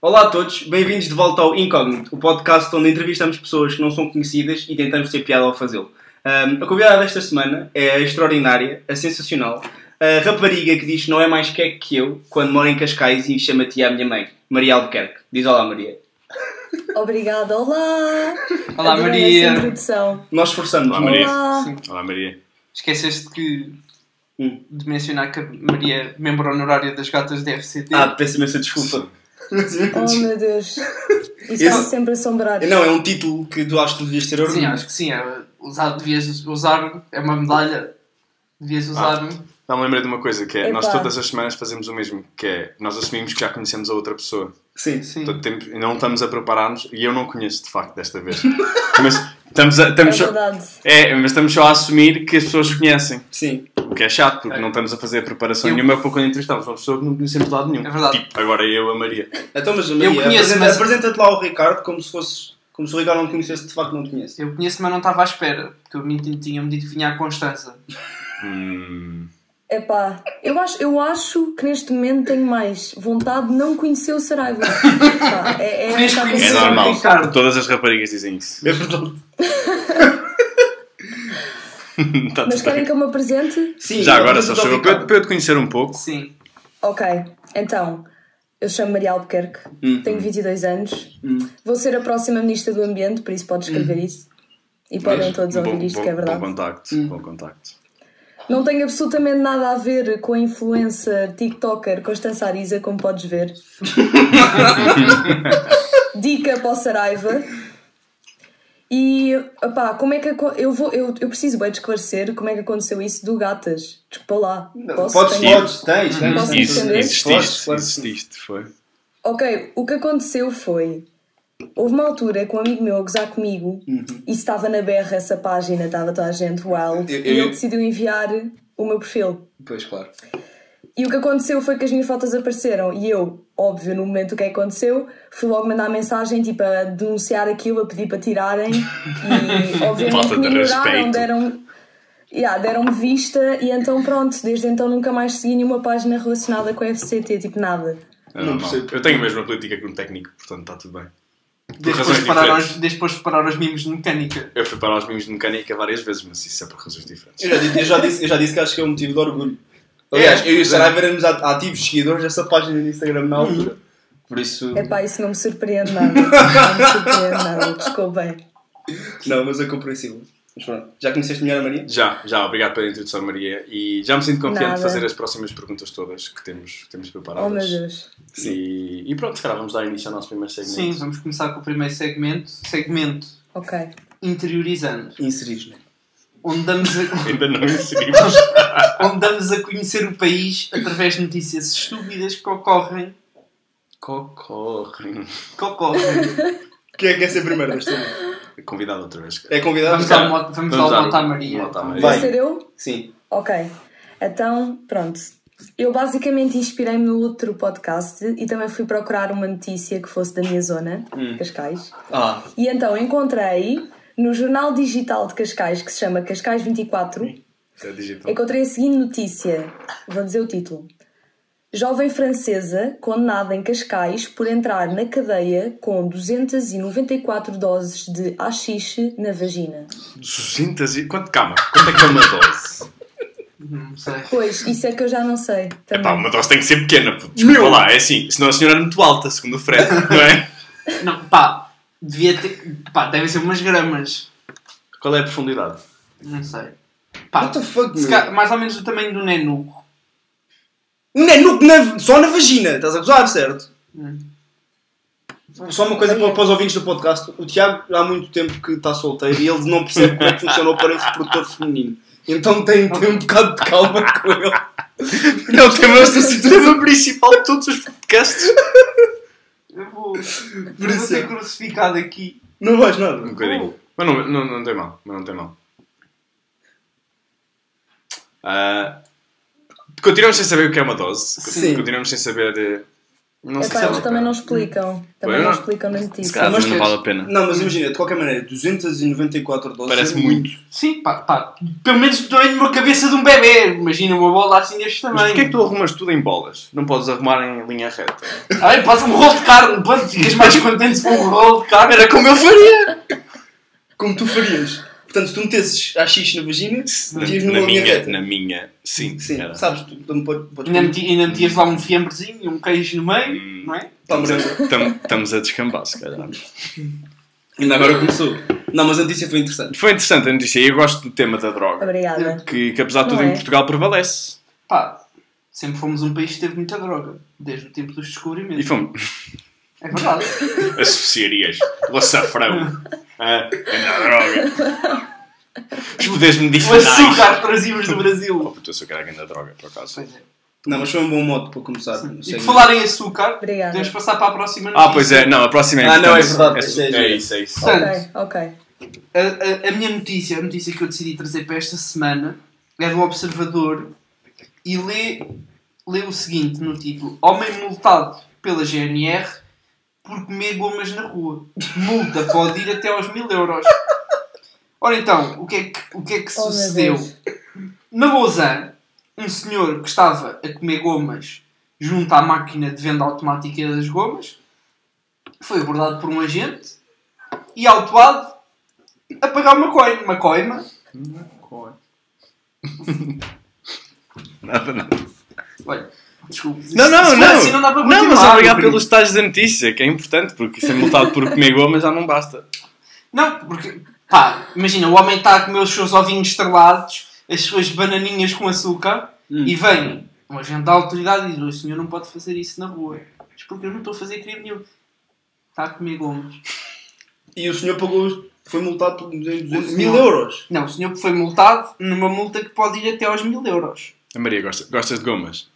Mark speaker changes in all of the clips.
Speaker 1: Olá a todos, bem-vindos de volta ao Incógnito, o podcast onde entrevistamos pessoas que não são conhecidas e tentamos ter piada ao fazê-lo. Ahm, a convidada desta semana é a extraordinária, a sensacional, a rapariga que diz que não é mais queque que eu quando mora em Cascais e chama-te a minha mãe, Maria Albuquerque. Diz olá, Maria.
Speaker 2: Obrigada, olá!
Speaker 3: Olá,
Speaker 2: Adorei
Speaker 3: Maria.
Speaker 2: Essa introdução.
Speaker 1: Nós esforçamos.
Speaker 4: Olá, Maria.
Speaker 2: Olá!
Speaker 3: Sim.
Speaker 4: Olá Maria.
Speaker 3: Esqueceste que
Speaker 1: Hum.
Speaker 3: de mencionar que a Maria é membro honorária das gatas da FCT.
Speaker 1: Ah, peço imensa desculpa.
Speaker 2: Oh meu Deus! Isso
Speaker 1: Esse-
Speaker 2: está sempre assombrado.
Speaker 1: não, é um título que tu acho que devias ter
Speaker 4: hum.
Speaker 1: orgulho.
Speaker 3: sim, acho que sim. É, usar, devias usar, é uma medalha.
Speaker 4: Ah.
Speaker 3: Devias usar-me.
Speaker 4: Não me lembrei de uma coisa que é, nós
Speaker 2: Epá.
Speaker 4: todas as semanas fazemos o mesmo, que é nós assumimos que já conhecemos a outra pessoa.
Speaker 1: Sim.
Speaker 3: sim.
Speaker 4: Portanto, temos- não estamos a preparar-nos e eu não conheço de facto desta vez. mas estamos a,
Speaker 2: É
Speaker 4: estamos só,
Speaker 2: verdade.
Speaker 4: é, mas estamos só a assumir que as pessoas conhecem,
Speaker 1: Sim.
Speaker 4: o que é chato, porque
Speaker 3: É.
Speaker 4: não estamos a fazer preparação
Speaker 3: Eu-
Speaker 4: nenhuma para quando entrevistamos uma pessoa que não conhecemos de lado nenhum.
Speaker 3: É verdade.
Speaker 4: Tipo, agora eu a Maria.
Speaker 1: Então, mas Maria,
Speaker 3: conheço,
Speaker 1: apresenta-
Speaker 3: mas-
Speaker 1: apresenta-te lá ao Ricardo como se fosse. Como se o Ricardo não conhecesse, de facto não te conhece.
Speaker 3: Eu conheço, mas não estava à espera. Porque eu me tinha-me dito que vinha a Constança.
Speaker 4: Hum,
Speaker 2: Epá, eu acho, eu acho que neste momento tenho mais vontade de não conhecer o Saraiva. Pá, é, é,
Speaker 3: Querias
Speaker 2: está a
Speaker 3: conhecer Sim,
Speaker 4: é
Speaker 2: acontecer.
Speaker 4: normal.
Speaker 3: Ricardo.
Speaker 4: Todas as raparigas dizem isso.
Speaker 1: É verdade.
Speaker 4: Está
Speaker 2: Mas
Speaker 4: tudo
Speaker 2: querem
Speaker 4: bem.
Speaker 2: que eu me apresente?
Speaker 1: Sim,
Speaker 4: Já agora
Speaker 1: apresenta-te
Speaker 4: só
Speaker 1: ao
Speaker 4: chegou para, eu-
Speaker 1: Ricardo.
Speaker 4: para eu te conhecer um pouco.
Speaker 3: Sim.
Speaker 2: Ok, então, eu chamo Maria Albuquerque,
Speaker 3: Uhum.
Speaker 1: Hum.
Speaker 2: tenho 22 anos,
Speaker 1: Hum.
Speaker 2: vou ser a próxima Ministra do Ambiente, por isso podes escrever
Speaker 3: Uhum.
Speaker 2: isso. E podem todos
Speaker 4: Bom-
Speaker 2: ouvir isto,
Speaker 4: bom,
Speaker 2: que é verdade.
Speaker 4: Bom contacto, bom contacto.
Speaker 2: Não tem absolutamente nada a ver com a influencer TikToker Constança Arisa, como podes ver. Dica para o Saraiva. E, opá, como é que... aco- Eu, vou, eu, eu preciso bem de esclarecer como é que aconteceu isso do Gatas. Desculpa lá. Posso?
Speaker 1: Podes,
Speaker 2: Tenho-
Speaker 1: podes, tens, tens.
Speaker 2: Posso
Speaker 1: tens.
Speaker 4: Isso,
Speaker 2: defender?
Speaker 1: Claro,
Speaker 4: exististe,
Speaker 1: claro.
Speaker 4: exististe, foi.
Speaker 2: Ok, o que aconteceu foi. Houve uma altura que um amigo meu a gozar comigo
Speaker 1: Uhum.
Speaker 2: e estava na berra essa página, estava toda a gente wild,
Speaker 1: Eu-
Speaker 2: e
Speaker 1: eu-
Speaker 2: ele decidiu enviar o meu perfil.
Speaker 1: Pois, claro.
Speaker 2: E o que aconteceu foi que as minhas fotos apareceram e eu, óbvio, no momento o que é que aconteceu, fui logo mandar mensagem, tipo, a denunciar aquilo, a pedir para tirarem e, obviamente,
Speaker 4: Falta de
Speaker 2: me ignoraram,
Speaker 4: respeito.
Speaker 2: deram-me yeah, deram vista e então pronto, desde então nunca mais segui nenhuma página relacionada com a FCT, tipo, nada.
Speaker 4: É
Speaker 1: Não
Speaker 4: normal.
Speaker 1: percebo.
Speaker 4: Eu tenho a mesma política que um técnico, portanto está tudo bem. Por
Speaker 3: Depois
Speaker 4: razões
Speaker 3: de parar, aos,
Speaker 4: diferentes.
Speaker 3: depois de parar aos mimos de mecânica.
Speaker 4: Eu fui para os mimos de mecânica várias vezes, mas isso é por razões diferentes.
Speaker 1: Eu já, di- eu já disse, eu já disse que acho que é um motivo de orgulho. Aliás, eu e o Saraiva éramos at- ativos seguidores dessa página no Instagram na altura. Por isso.
Speaker 2: Epá, isso não me surpreende nada, não me surpreende nada, desculpem.
Speaker 1: Não, mas é compreensível. Mas pronto. Já conheceste melhor a Maria?
Speaker 4: Já, já, obrigado pela introdução, Maria. E já me sinto confiante
Speaker 2: Nada.
Speaker 4: de fazer as próximas perguntas todas que temos, que temos
Speaker 2: Oh meu
Speaker 4: preparadas.
Speaker 2: Deus.
Speaker 4: e, e pronto, se calhar vamos dar início ao nosso primeiro segmento.
Speaker 3: Sim, vamos começar com o primeiro segmento. Segmento
Speaker 2: Ok.
Speaker 3: interiorizando.
Speaker 1: Inseris, né?
Speaker 3: Onde damos a...
Speaker 4: Ainda não inserimos.
Speaker 3: onde damos a conhecer o país através de notícias estúpidas que ocorrem.
Speaker 4: Cocorre.
Speaker 3: Que ocorrem.
Speaker 1: Quem é que quer ser primeiro desta vez?
Speaker 4: Convidado outra vez.
Speaker 1: É convidado?
Speaker 3: Vamos dar uma, vamos dar uma nota à Maria.
Speaker 4: Nota à
Speaker 2: Vou
Speaker 1: Vai.
Speaker 4: Maria.
Speaker 2: ser eu?
Speaker 1: Sim.
Speaker 2: Ok, então pronto. Eu basicamente inspirei-me no outro podcast e também fui procurar uma notícia que fosse da minha zona, Cascais.
Speaker 1: Ah.
Speaker 2: E então encontrei no jornal digital de Cascais, que se chama Cascais 24,
Speaker 4: É digital.
Speaker 2: encontrei a seguinte notícia. Vou dizer o título. Jovem francesa condenada em Cascais por entrar na cadeia com 294 doses de haxixe na vagina.
Speaker 4: 200 e... Quanto, calma, quanto é que é uma dose?
Speaker 3: Não sei.
Speaker 2: Pois, isso é que eu já não sei.
Speaker 4: É pá,
Speaker 2: também.
Speaker 4: uma dose tem que ser pequena, puto. Desculpa lá, é assim, senão a senhora é muito alta, segundo o Fred, não é?
Speaker 3: Não, pá, devia ter. Pá, devem ser umas gramas.
Speaker 4: Qual é a profundidade?
Speaker 3: Não sei. Pá,
Speaker 1: What
Speaker 4: Então,
Speaker 1: the fuck,
Speaker 3: se
Speaker 1: meu?
Speaker 3: ca- mais ou menos o tamanho do nenuco.
Speaker 1: Não é no- na- só na vagina, estás a gozar, certo?
Speaker 3: Hum.
Speaker 1: Só uma coisa para, para os ouvintes do podcast: o Tiago há muito tempo que está solteiro e ele não percebe como é que funciona o aparelho reprodutor feminino. Então tem, tem um bocado de calma com ele.
Speaker 4: É o tema, o tema principal de todos os podcasts.
Speaker 3: Eu vou. Eu
Speaker 1: Por isso
Speaker 3: vou ser crucificado aqui.
Speaker 1: Não vais nada.
Speaker 4: Um bocadinho. Mas não, não, não tem mal, mas não tem mal. Ah, continuamos sem saber o que é uma dose.
Speaker 3: Sim.
Speaker 4: Continuamos sem saber... eh, Não
Speaker 2: Epá,
Speaker 4: se
Speaker 2: eles
Speaker 4: sabe.
Speaker 2: também não explicam. Também
Speaker 4: Pois
Speaker 2: não
Speaker 4: não.
Speaker 2: explicam tipo. na
Speaker 5: Se
Speaker 2: notícia.
Speaker 5: calhar
Speaker 1: Mas
Speaker 5: também não
Speaker 1: tens-
Speaker 5: vale a pena.
Speaker 1: Não, mas imagina, de qualquer maneira, 294 doses.
Speaker 4: Parece
Speaker 1: é
Speaker 4: muito.
Speaker 3: Sim, pá, pá, pelo menos do tamanho de uma cabeça de um bebê. Imagina uma bola assim deste
Speaker 4: Mas
Speaker 3: tamanho.
Speaker 4: porquê é que tu arrumas tudo em bolas? Não podes arrumar em linha reta.
Speaker 3: Ai, passa um rolo de carne, pronto, ficas mais contente se for um rolo de carne.
Speaker 4: Era como eu faria!
Speaker 1: Como tu farias. Portanto, se tu metesses a xixi na vagina,
Speaker 4: Na,
Speaker 1: metias numa
Speaker 4: na
Speaker 1: linha
Speaker 4: minha,
Speaker 1: reta.
Speaker 4: na minha, sim.
Speaker 1: Sim,
Speaker 4: era.
Speaker 1: sabes, tu, tu não podes. podes
Speaker 3: Ainda, meti, ainda metias lá um fiambrezinho e um queijo no meio,
Speaker 4: Hum,
Speaker 3: não é?
Speaker 1: Pá, mas-
Speaker 4: tam- Estamos a descambar, se calhar.
Speaker 1: Ainda agora começou. Não, mas a notícia foi interessante.
Speaker 4: Foi interessante a notícia e eu gosto do tema da droga.
Speaker 2: Obrigada.
Speaker 4: Que, que apesar de tudo
Speaker 2: Não é?
Speaker 4: em Portugal prevalece.
Speaker 3: Pá, sempre fomos um país que teve muita droga, desde o tempo dos
Speaker 4: E
Speaker 3: descobrimentos.
Speaker 4: fomos.
Speaker 3: É verdade.
Speaker 4: Associarias. O açafrão. Ah, é na droga. Os poderes
Speaker 3: O
Speaker 4: medicinais.
Speaker 3: açúcar trazíamos do Brasil.
Speaker 4: Oh, puto, o açúcar é na droga, por acaso.
Speaker 3: Pois é.
Speaker 1: Não, mas foi um bom modo para começar.
Speaker 3: Sim.
Speaker 1: Não
Speaker 3: E
Speaker 1: sei.
Speaker 3: por falar em açúcar,
Speaker 2: Obrigada.
Speaker 3: podemos passar para a próxima
Speaker 4: Ah, pois é. Não, a próxima é
Speaker 1: Ah, não, é
Speaker 4: importante.
Speaker 1: verdade,
Speaker 4: É,
Speaker 1: é
Speaker 4: isso, é isso.
Speaker 2: Ok, ok.
Speaker 3: A, a- a minha notícia, a notícia que eu decidi trazer para esta semana, é do Observador e lê, lê o seguinte no título: Homem multado pela GNR por comer gomas na rua. Multa pode ir até aos mil euros. Ora então, o que é que, o que, é que
Speaker 2: Oh, meu
Speaker 3: sucedeu?
Speaker 2: Deus.
Speaker 3: Na Lausanne, um senhor que estava a comer gomas junto à máquina de venda automática das gomas foi abordado por um agente e autuado a pagar uma coima. Uma coima.
Speaker 4: Nada, nada.
Speaker 3: Olha, desculpe.
Speaker 4: Não, não,
Speaker 3: Se for
Speaker 4: não.
Speaker 3: assim, não dá para
Speaker 4: não, mas
Speaker 3: continuar,
Speaker 4: obrigado
Speaker 3: meu querido.
Speaker 4: pelos detalhes da notícia, que é importante, porque ser multado por comer goma já não basta.
Speaker 3: Não, porque, pá, imagina, o homem está a comer os seus ovinhos estrelados, as suas bananinhas com açúcar,
Speaker 1: Hum.
Speaker 3: e vem um agente da autoridade e diz: o senhor não pode fazer isso na rua. Mas porque eu não estou a fazer crime nenhum. Está a comer gomas.
Speaker 1: E o senhor pagou, foi multado por 200,
Speaker 3: O senhor-
Speaker 1: mil euros.
Speaker 3: Não, o senhor foi multado numa multa que pode ir até aos mil euros.
Speaker 4: A Maria, gosta, gostas de gomas?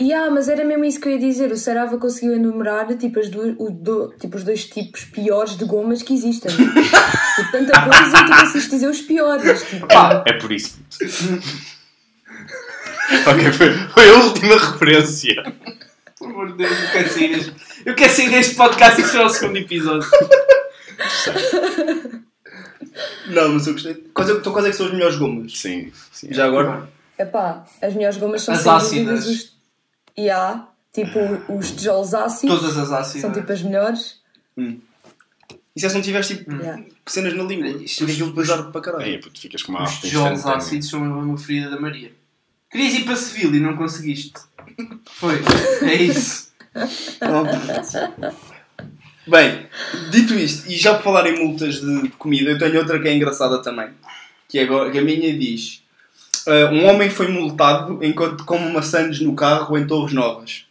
Speaker 2: E ah, mas era mesmo isso que eu ia dizer. O Sarava conseguiu enumerar tipo, as duas, o do- tipo, os dois tipos piores de gomas que existem. tipo, tanta coisa e tu conseguiste dizer é os piores. Tipo,
Speaker 3: Pá,
Speaker 4: É por isso. ok, foi, foi a última referência.
Speaker 3: por amor de Deus, eu quero sair deste, eu quero sair deste podcast e será o segundo episódio.
Speaker 1: Não, mas eu gostei. Quais, é- então, quais é que são as melhores gomas?
Speaker 4: Sim, sim.
Speaker 1: Já agora?
Speaker 2: Epá, as melhores gomas são
Speaker 3: As
Speaker 2: sem dúvidas
Speaker 3: ácidas.
Speaker 2: os- E há, tipo, os tijolos ácidos.
Speaker 3: Todas as ácidas.
Speaker 2: São tipo as melhores.
Speaker 1: E se é se não tiveste tipo,
Speaker 2: Yeah.
Speaker 1: cenas na língua?
Speaker 3: Isto-
Speaker 1: Isto é aquilo pesado para caralho.
Speaker 4: Aí, puto, ficas com uma
Speaker 3: Os assim.
Speaker 4: afta
Speaker 3: tijolos
Speaker 4: instantânea.
Speaker 3: ácidos são a mesma ferida da Maria. Querias ir para Sevilha e não conseguiste. Foi, é isso.
Speaker 1: Não, pronto. Bem, dito isto, e já por falar em multas de comida, eu tenho outra que é engraçada também. Que, é agora, que a minha diz: "Ah, Um homem foi multado enquanto come maçãs no carro em Torres Novas.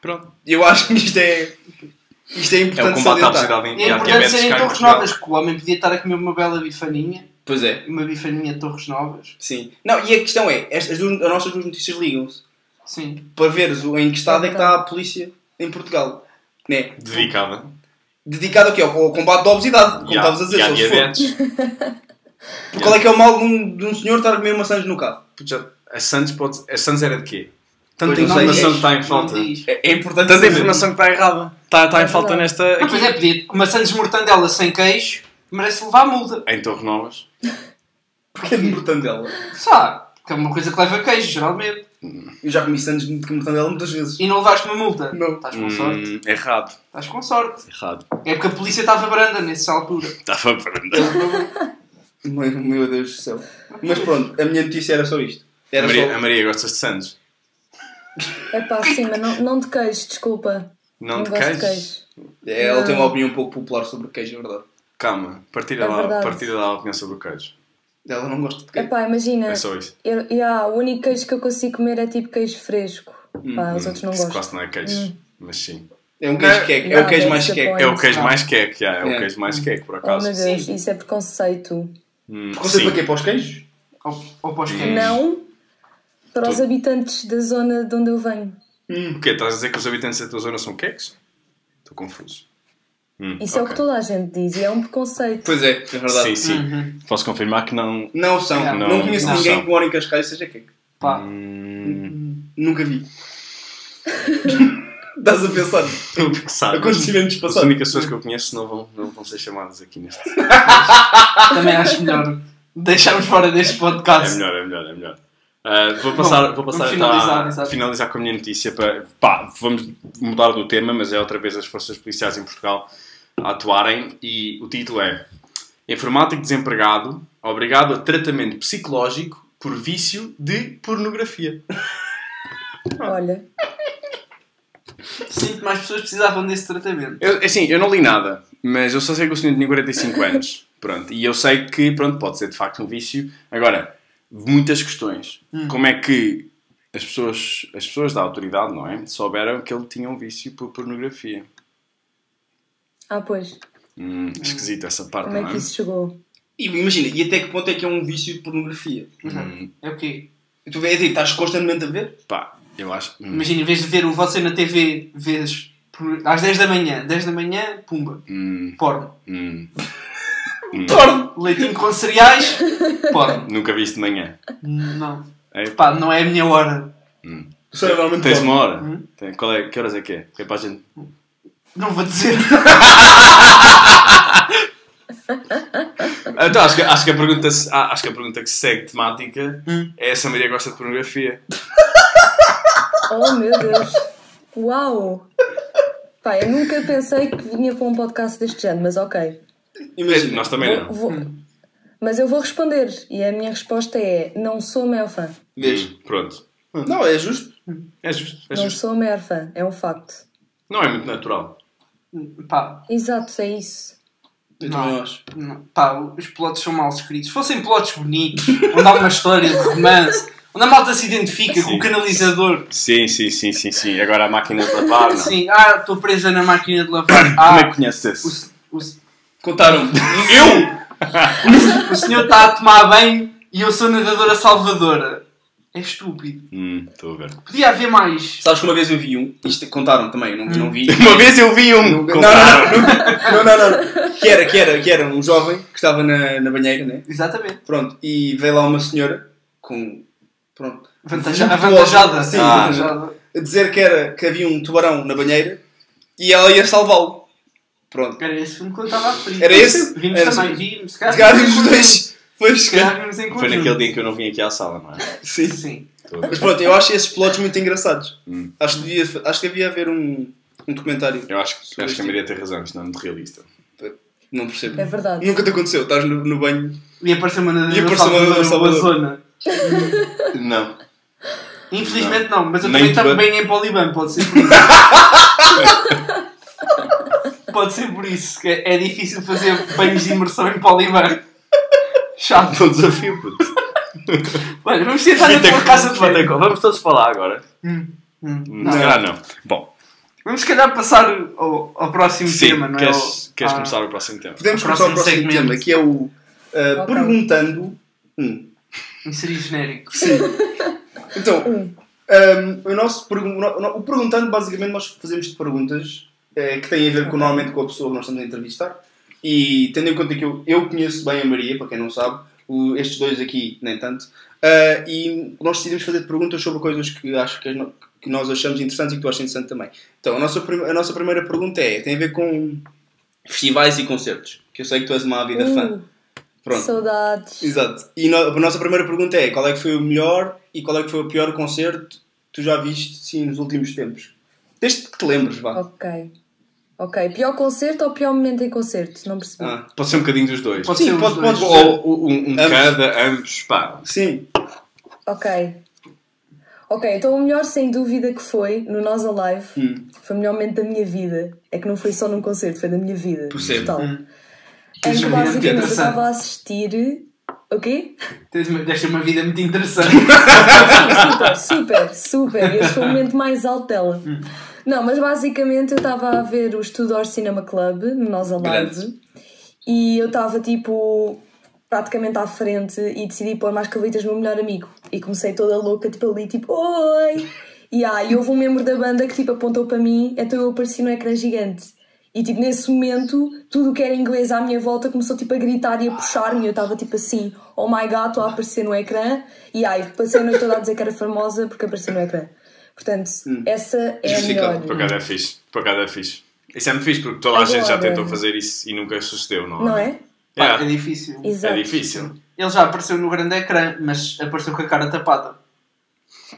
Speaker 4: Pronto.
Speaker 1: Eu acho que isto é. Isto é
Speaker 4: É o
Speaker 1: importante
Speaker 4: combate à
Speaker 1: salientar.
Speaker 3: É
Speaker 4: obesidade e à
Speaker 3: importante
Speaker 4: diabetes
Speaker 3: serem
Speaker 4: cá em
Speaker 3: Torres
Speaker 4: Portugal.
Speaker 3: Novas, que o homem podia estar a comer uma bela bifaninha,
Speaker 1: Pois é,
Speaker 3: uma bifaninha de Torres Novas.
Speaker 1: sim. Não, e a questão é: estas duas, as nossas duas notícias ligam-se
Speaker 3: Sim.
Speaker 1: para veres o- em que estado é que está a polícia em Portugal. Né?
Speaker 4: Dedicada.
Speaker 1: Dedicado aqui ao, ao combate da obesidade, como
Speaker 4: E à-
Speaker 1: estavas a
Speaker 4: e
Speaker 1: dizer,
Speaker 4: à
Speaker 1: se eles forem.
Speaker 4: diabetes.
Speaker 1: Porque Qual é que é o mal de um, de um senhor estar a comer maçãs no carro?
Speaker 4: Puto, já- A Santos, pode... a Santos era de quê? Tanta
Speaker 1: Pois não
Speaker 4: informação
Speaker 1: sei.
Speaker 4: que está em
Speaker 3: Não
Speaker 4: falta.
Speaker 3: diz.
Speaker 1: É, é importante
Speaker 4: Tanta
Speaker 1: saber.
Speaker 4: informação que está errada. Está, está
Speaker 2: É
Speaker 4: em falta nesta.
Speaker 3: Ah, pois é, podia. Uma Santos Mortandela sem queijo merece levar a multa.
Speaker 4: Em Torres Novas.
Speaker 1: Porquê de é mortandela?
Speaker 3: Sabe? Porque é uma coisa que leva queijo, geralmente.
Speaker 1: Eu já comi sandes de mortandela muitas vezes.
Speaker 3: E não levaste uma multa?
Speaker 1: Não.
Speaker 3: Estás com sorte.
Speaker 4: Hum, errado.
Speaker 3: Estás com sorte.
Speaker 4: Errado.
Speaker 3: É porque a polícia estava branda nessa altura.
Speaker 4: Estava para andar.
Speaker 1: Meu, meu Deus do céu. Mas pronto, a minha notícia era só isto. Era
Speaker 4: a, Maria, a
Speaker 1: só...
Speaker 4: Maria gostas de Santos?
Speaker 2: Epá, sim, mas não, não de queijo, desculpa.
Speaker 4: Não, de
Speaker 2: gosto
Speaker 4: queijo?
Speaker 2: de queijo.
Speaker 1: É, Ela tem uma opinião um pouco popular sobre queijo, é verdade.
Speaker 4: Calma, partilha,
Speaker 2: É
Speaker 4: lá,
Speaker 2: verdade.
Speaker 4: partilha lá a opinião sobre o queijo.
Speaker 1: Ela não gosta de queijo.
Speaker 2: Epá, imagina.
Speaker 4: É só isso.
Speaker 2: Eu, yeah, o único queijo que eu consigo comer é tipo queijo fresco. Pá, os
Speaker 4: Hum,
Speaker 2: outros não gostam.
Speaker 4: isso
Speaker 2: Hum.
Speaker 4: Quase não é queijo. Mas sim.
Speaker 1: É um queijo queque, é o
Speaker 2: Yeah,
Speaker 1: queijo
Speaker 2: that's
Speaker 1: mais
Speaker 2: the
Speaker 1: queque.
Speaker 2: point.
Speaker 4: É o queijo
Speaker 3: Ah.
Speaker 4: mais queque, já, é o
Speaker 1: É.
Speaker 4: queijo mais queque, por
Speaker 2: Oh
Speaker 4: acaso.
Speaker 2: meu Deus,
Speaker 3: Sim.
Speaker 2: isso é preconceito.
Speaker 4: Hum,
Speaker 1: Conceito
Speaker 4: sim.
Speaker 1: para quê? Para os queijos?
Speaker 3: Ou, ou para os queijos.
Speaker 2: Não para os habitantes da zona de onde eu venho.
Speaker 4: O quê? Hum, Estás a dizer que os habitantes da tua zona são queques? Estou confuso. Hum,
Speaker 2: Isso é o
Speaker 4: ok.
Speaker 2: que toda a gente diz e é um preconceito.
Speaker 1: Pois é, é verdade.
Speaker 4: Sim, sim.
Speaker 2: Hum.
Speaker 3: Uhum.
Speaker 4: Posso confirmar que não.
Speaker 1: Não são. Não,
Speaker 3: Não,
Speaker 1: conheço
Speaker 3: não
Speaker 1: ninguém
Speaker 4: são.
Speaker 1: que mora em Cascais e seja queque.
Speaker 3: Pá.
Speaker 4: Hum,
Speaker 1: Nunca vi. Estás a pensar
Speaker 4: Porque sabes.
Speaker 1: acontecimentos
Speaker 4: As
Speaker 1: passados.
Speaker 4: únicas pessoas que eu conheço não vão, não vão ser chamadas aqui neste.
Speaker 3: Também acho melhor deixarmos fora deste
Speaker 4: É
Speaker 3: podcast.
Speaker 4: melhor, é melhor, é melhor. Uh, vou passar,
Speaker 3: Bom,
Speaker 4: vou passar
Speaker 3: vamos
Speaker 4: então a-
Speaker 3: finalizar, exato.
Speaker 4: finalizar com a minha notícia. Para, pá, vamos mudar do tema, mas é outra vez as forças policiais em Portugal a atuarem. E o título é Informático desempregado obrigado a tratamento psicológico por vício de pornografia.
Speaker 2: Olha,
Speaker 3: Sinto que mais pessoas precisavam desse tratamento.
Speaker 4: Eu, assim, eu não li nada, mas eu só sei que o senhor tinha 45 anos. Pronto, e eu sei que, pronto, pode ser de facto um vício. Agora, muitas questões.
Speaker 3: Hum.
Speaker 4: Como é que as pessoas, as pessoas da autoridade, não é? Souberam que ele tinha um vício por pornografia.
Speaker 2: ah pois,
Speaker 4: Hum, esquisita essa parte,
Speaker 2: como é
Speaker 4: não
Speaker 2: que
Speaker 4: é?
Speaker 2: isso chegou?
Speaker 1: E imagina, e até que ponto é que é um vício de pornografia?
Speaker 4: Hum,
Speaker 3: É o quê?
Speaker 1: E Tu vês, é tipo, estás constantemente a ver?
Speaker 4: pá, eu acho. hum,
Speaker 3: Imagina, em vez de ver o você na TV, vês por- às 10 da manhã, 10 da manhã, pumba,
Speaker 4: hum,
Speaker 3: porno.
Speaker 4: hum.
Speaker 1: Porno!
Speaker 3: Leitinho com cereais, porno.
Speaker 4: Nunca vi isso de manhã.
Speaker 3: Não.
Speaker 4: É,
Speaker 3: Pá, não é a minha hora.
Speaker 1: Isso é realmente
Speaker 4: tens
Speaker 1: porno.
Speaker 4: uma hora?
Speaker 3: Hum.
Speaker 4: Tem- qual é, que horas é que é? Que é para a gente.
Speaker 3: Não vou dizer.
Speaker 4: Ah, Então, acho, que, acho, que a pergunta, se- ah, acho que a pergunta que segue temática
Speaker 3: Hum.
Speaker 4: é se a Maria gosta de pornografia.
Speaker 2: Oh meu Deus! Uau! Pá, eu nunca pensei que vinha para um podcast deste género, mas ok.
Speaker 1: Imagina,
Speaker 4: É, Nós também não. Hum,
Speaker 2: Vou- Mas eu vou responder e a minha resposta é: não sou maior fã.
Speaker 1: vês?
Speaker 4: Hum, Pronto.
Speaker 1: Não, é justo.
Speaker 4: É justo. É
Speaker 2: não
Speaker 4: justo.
Speaker 2: sou maior fã, é um facto.
Speaker 4: Não é muito natural.
Speaker 3: Pá,
Speaker 2: Exato, é isso.
Speaker 1: Eu
Speaker 3: Não.
Speaker 1: também acho.
Speaker 3: não. pá, os plotos são mal escritos. Se fossem plotos bonitos, onde há uma história de romance, onde a malta se identifica com
Speaker 4: Sim.
Speaker 3: o canalizador.
Speaker 4: Sim, sim, sim, sim, sim. Agora a máquina de lavar, não.
Speaker 3: Assim, ah, estou presa na máquina de lavar.
Speaker 4: Como é
Speaker 3: Ah,
Speaker 4: que conheces
Speaker 3: o,
Speaker 4: esse?
Speaker 3: se- o, se-
Speaker 1: Contaram-me. Eu!
Speaker 3: o senhor está a tomar banho e eu sou nadadora salvadora. É estúpido.
Speaker 4: Hum, Estou a ver.
Speaker 3: Podia haver mais.
Speaker 1: Sabes que uma vez eu vi um, isto contaram também, eu não, não vi.
Speaker 4: Uma vez eu vi um.
Speaker 1: Não, não,
Speaker 4: Compraram.
Speaker 1: Não, não, não. Que era, que era, que era um jovem que estava na, na banheira, né?
Speaker 3: Exatamente.
Speaker 1: Pronto, e veio lá uma senhora com. Pronto.
Speaker 3: Vantaja-
Speaker 1: Muito
Speaker 3: avantajada.
Speaker 1: boa. Sim,
Speaker 3: Ah,
Speaker 1: avantajada.
Speaker 3: avantajada.
Speaker 1: A dizer que, era, que havia um tubarão na banheira e ela ia salvá-lo. Pronto.
Speaker 3: Era esse filme que eu estava a referir.
Speaker 1: Era esse?
Speaker 3: Vimos
Speaker 1: Era
Speaker 3: também,
Speaker 1: esse.
Speaker 3: vimos.
Speaker 1: Se
Speaker 3: Se
Speaker 1: calhar
Speaker 3: vimos
Speaker 1: os
Speaker 3: em conjunto.
Speaker 1: dois. Foi
Speaker 3: Se calhar vimos em
Speaker 4: Foi
Speaker 3: conjunto.
Speaker 4: naquele dia em que eu não vim aqui à sala, não é?
Speaker 1: Sim.
Speaker 3: Sim.
Speaker 4: Estou a ver.
Speaker 1: Mas pronto, eu acho esses plots muito engraçados.
Speaker 4: Hum.
Speaker 1: Acho, que devia, acho que devia haver um, um documentário.
Speaker 4: Eu acho, que- acho que a Maria tem razão, isto não é muito realista.
Speaker 1: Não percebo.
Speaker 2: É verdade.
Speaker 1: Nunca te aconteceu, estás no, no banho.
Speaker 3: E apareceu uma
Speaker 1: E
Speaker 3: nadadora
Speaker 1: apareceu uma nadadora
Speaker 3: salvadora numa
Speaker 1: salvadora.
Speaker 3: zona.
Speaker 4: Não.
Speaker 3: Infelizmente não, mas eu
Speaker 4: Nem
Speaker 3: também estava
Speaker 4: tuba-
Speaker 3: bem em Poliban, pode ser por isso. pode ser por isso, que é difícil fazer banhos de imersão em Poliban. Chato.
Speaker 4: Não desafio, puto.
Speaker 3: Olha, vamos tentar na tua casa de banho.
Speaker 4: Vamos todos para lá agora.
Speaker 3: Hum, hum.
Speaker 4: Não. Se calhar não. Bom,
Speaker 3: Vamos se calhar passar ao, ao próximo
Speaker 4: sim,
Speaker 3: tema, não é?
Speaker 4: queres,
Speaker 3: Ao-
Speaker 4: queres
Speaker 3: à-
Speaker 4: começar o Ah. próximo tema?
Speaker 1: Podemos
Speaker 3: O
Speaker 1: começar o
Speaker 3: próximo
Speaker 1: próximo
Speaker 3: segmento.
Speaker 1: tema, que é o uh,
Speaker 2: Ok.
Speaker 1: Perguntando. Hum.
Speaker 3: Inserir genérico.
Speaker 1: Sim. então, um, o nosso pergun- o no- o Perguntando, basicamente, nós fazemos normalmente perguntas uh, que têm a ver com, normalmente com a pessoa que nós estamos a entrevistar. E tendo em conta que eu, eu conheço bem a Maria, para quem não sabe, o- estes dois aqui nem tanto, uh, e nós decidimos fazer perguntas sobre coisas que acho que, as no- que nós achamos interessantes e que tu achas interessante também. Então, a nossa, prim- a nossa primeira pergunta é: tem a ver com festivais e concertos, que eu sei que tu és uma ávida fã.
Speaker 2: Uh,
Speaker 1: é Pronto.
Speaker 2: saudades.
Speaker 1: Exato. E no- a nossa primeira pergunta é: qual é que foi o melhor e qual é que foi o pior concerto que tu já viste, sim, nos últimos tempos? Desde que te lembres, vá.
Speaker 2: Ok. Ok. Pior concerto ou pior momento em concerto? Não percebi.
Speaker 1: Ah,
Speaker 4: Pode ser um bocadinho dos dois.
Speaker 3: Pode
Speaker 1: Sim,
Speaker 3: ser os
Speaker 1: pode-
Speaker 3: dois.
Speaker 1: pode-
Speaker 4: Ou um, um de
Speaker 1: Ambos.
Speaker 4: cada, ambos, pá.
Speaker 1: sim.
Speaker 2: Ok. Ok, então o melhor sem dúvida que foi no Nós Alive
Speaker 1: Hum.
Speaker 2: foi o melhor momento da minha vida. É que não foi só num concerto, foi da minha vida.
Speaker 1: Percebo.
Speaker 2: Total.
Speaker 3: Hum.
Speaker 2: Em
Speaker 1: é
Speaker 3: Tens
Speaker 2: que
Speaker 3: uma vida muito
Speaker 2: basicamente eu
Speaker 3: interessante.
Speaker 2: estava a assistir. O quê?
Speaker 3: Tens uma- Desta uma vida muito interessante.
Speaker 2: super, super, super. Este foi o momento mais alto dela.
Speaker 1: Hum.
Speaker 2: Não, mas basicamente eu estava a ver o Tudor Cinema Club, no Nós Alive,
Speaker 1: Grande.
Speaker 2: e eu estava tipo praticamente à frente e decidi pôr mais cavalitas no meu melhor amigo. E comecei toda louca, tipo ali, tipo, oi! E ah, e houve um membro da banda que tipo apontou para mim, então eu apareci no ecrã gigante. E tipo, nesse momento, tudo o que era inglês à minha volta começou tipo a gritar e a puxar-me. E eu estava tipo assim, oh my god, estou a aparecer no ecrã. E ai, passei a noite toda a dizer que era famosa porque apareci no ecrã. Portanto, essa é a
Speaker 1: Justificado,
Speaker 2: melhor.
Speaker 4: Por acaso é fixe. Por acaso é fixe. Isso é muito fixe porque toda a gente já
Speaker 2: Agora-
Speaker 4: tentou fazer isso e nunca sucedeu, não,
Speaker 2: é. Não é?
Speaker 3: Pá,
Speaker 4: É,
Speaker 3: é difícil.
Speaker 4: é
Speaker 2: Exato.
Speaker 4: difícil.
Speaker 3: Ele já apareceu no grande ecrã, mas apareceu com a cara tapada.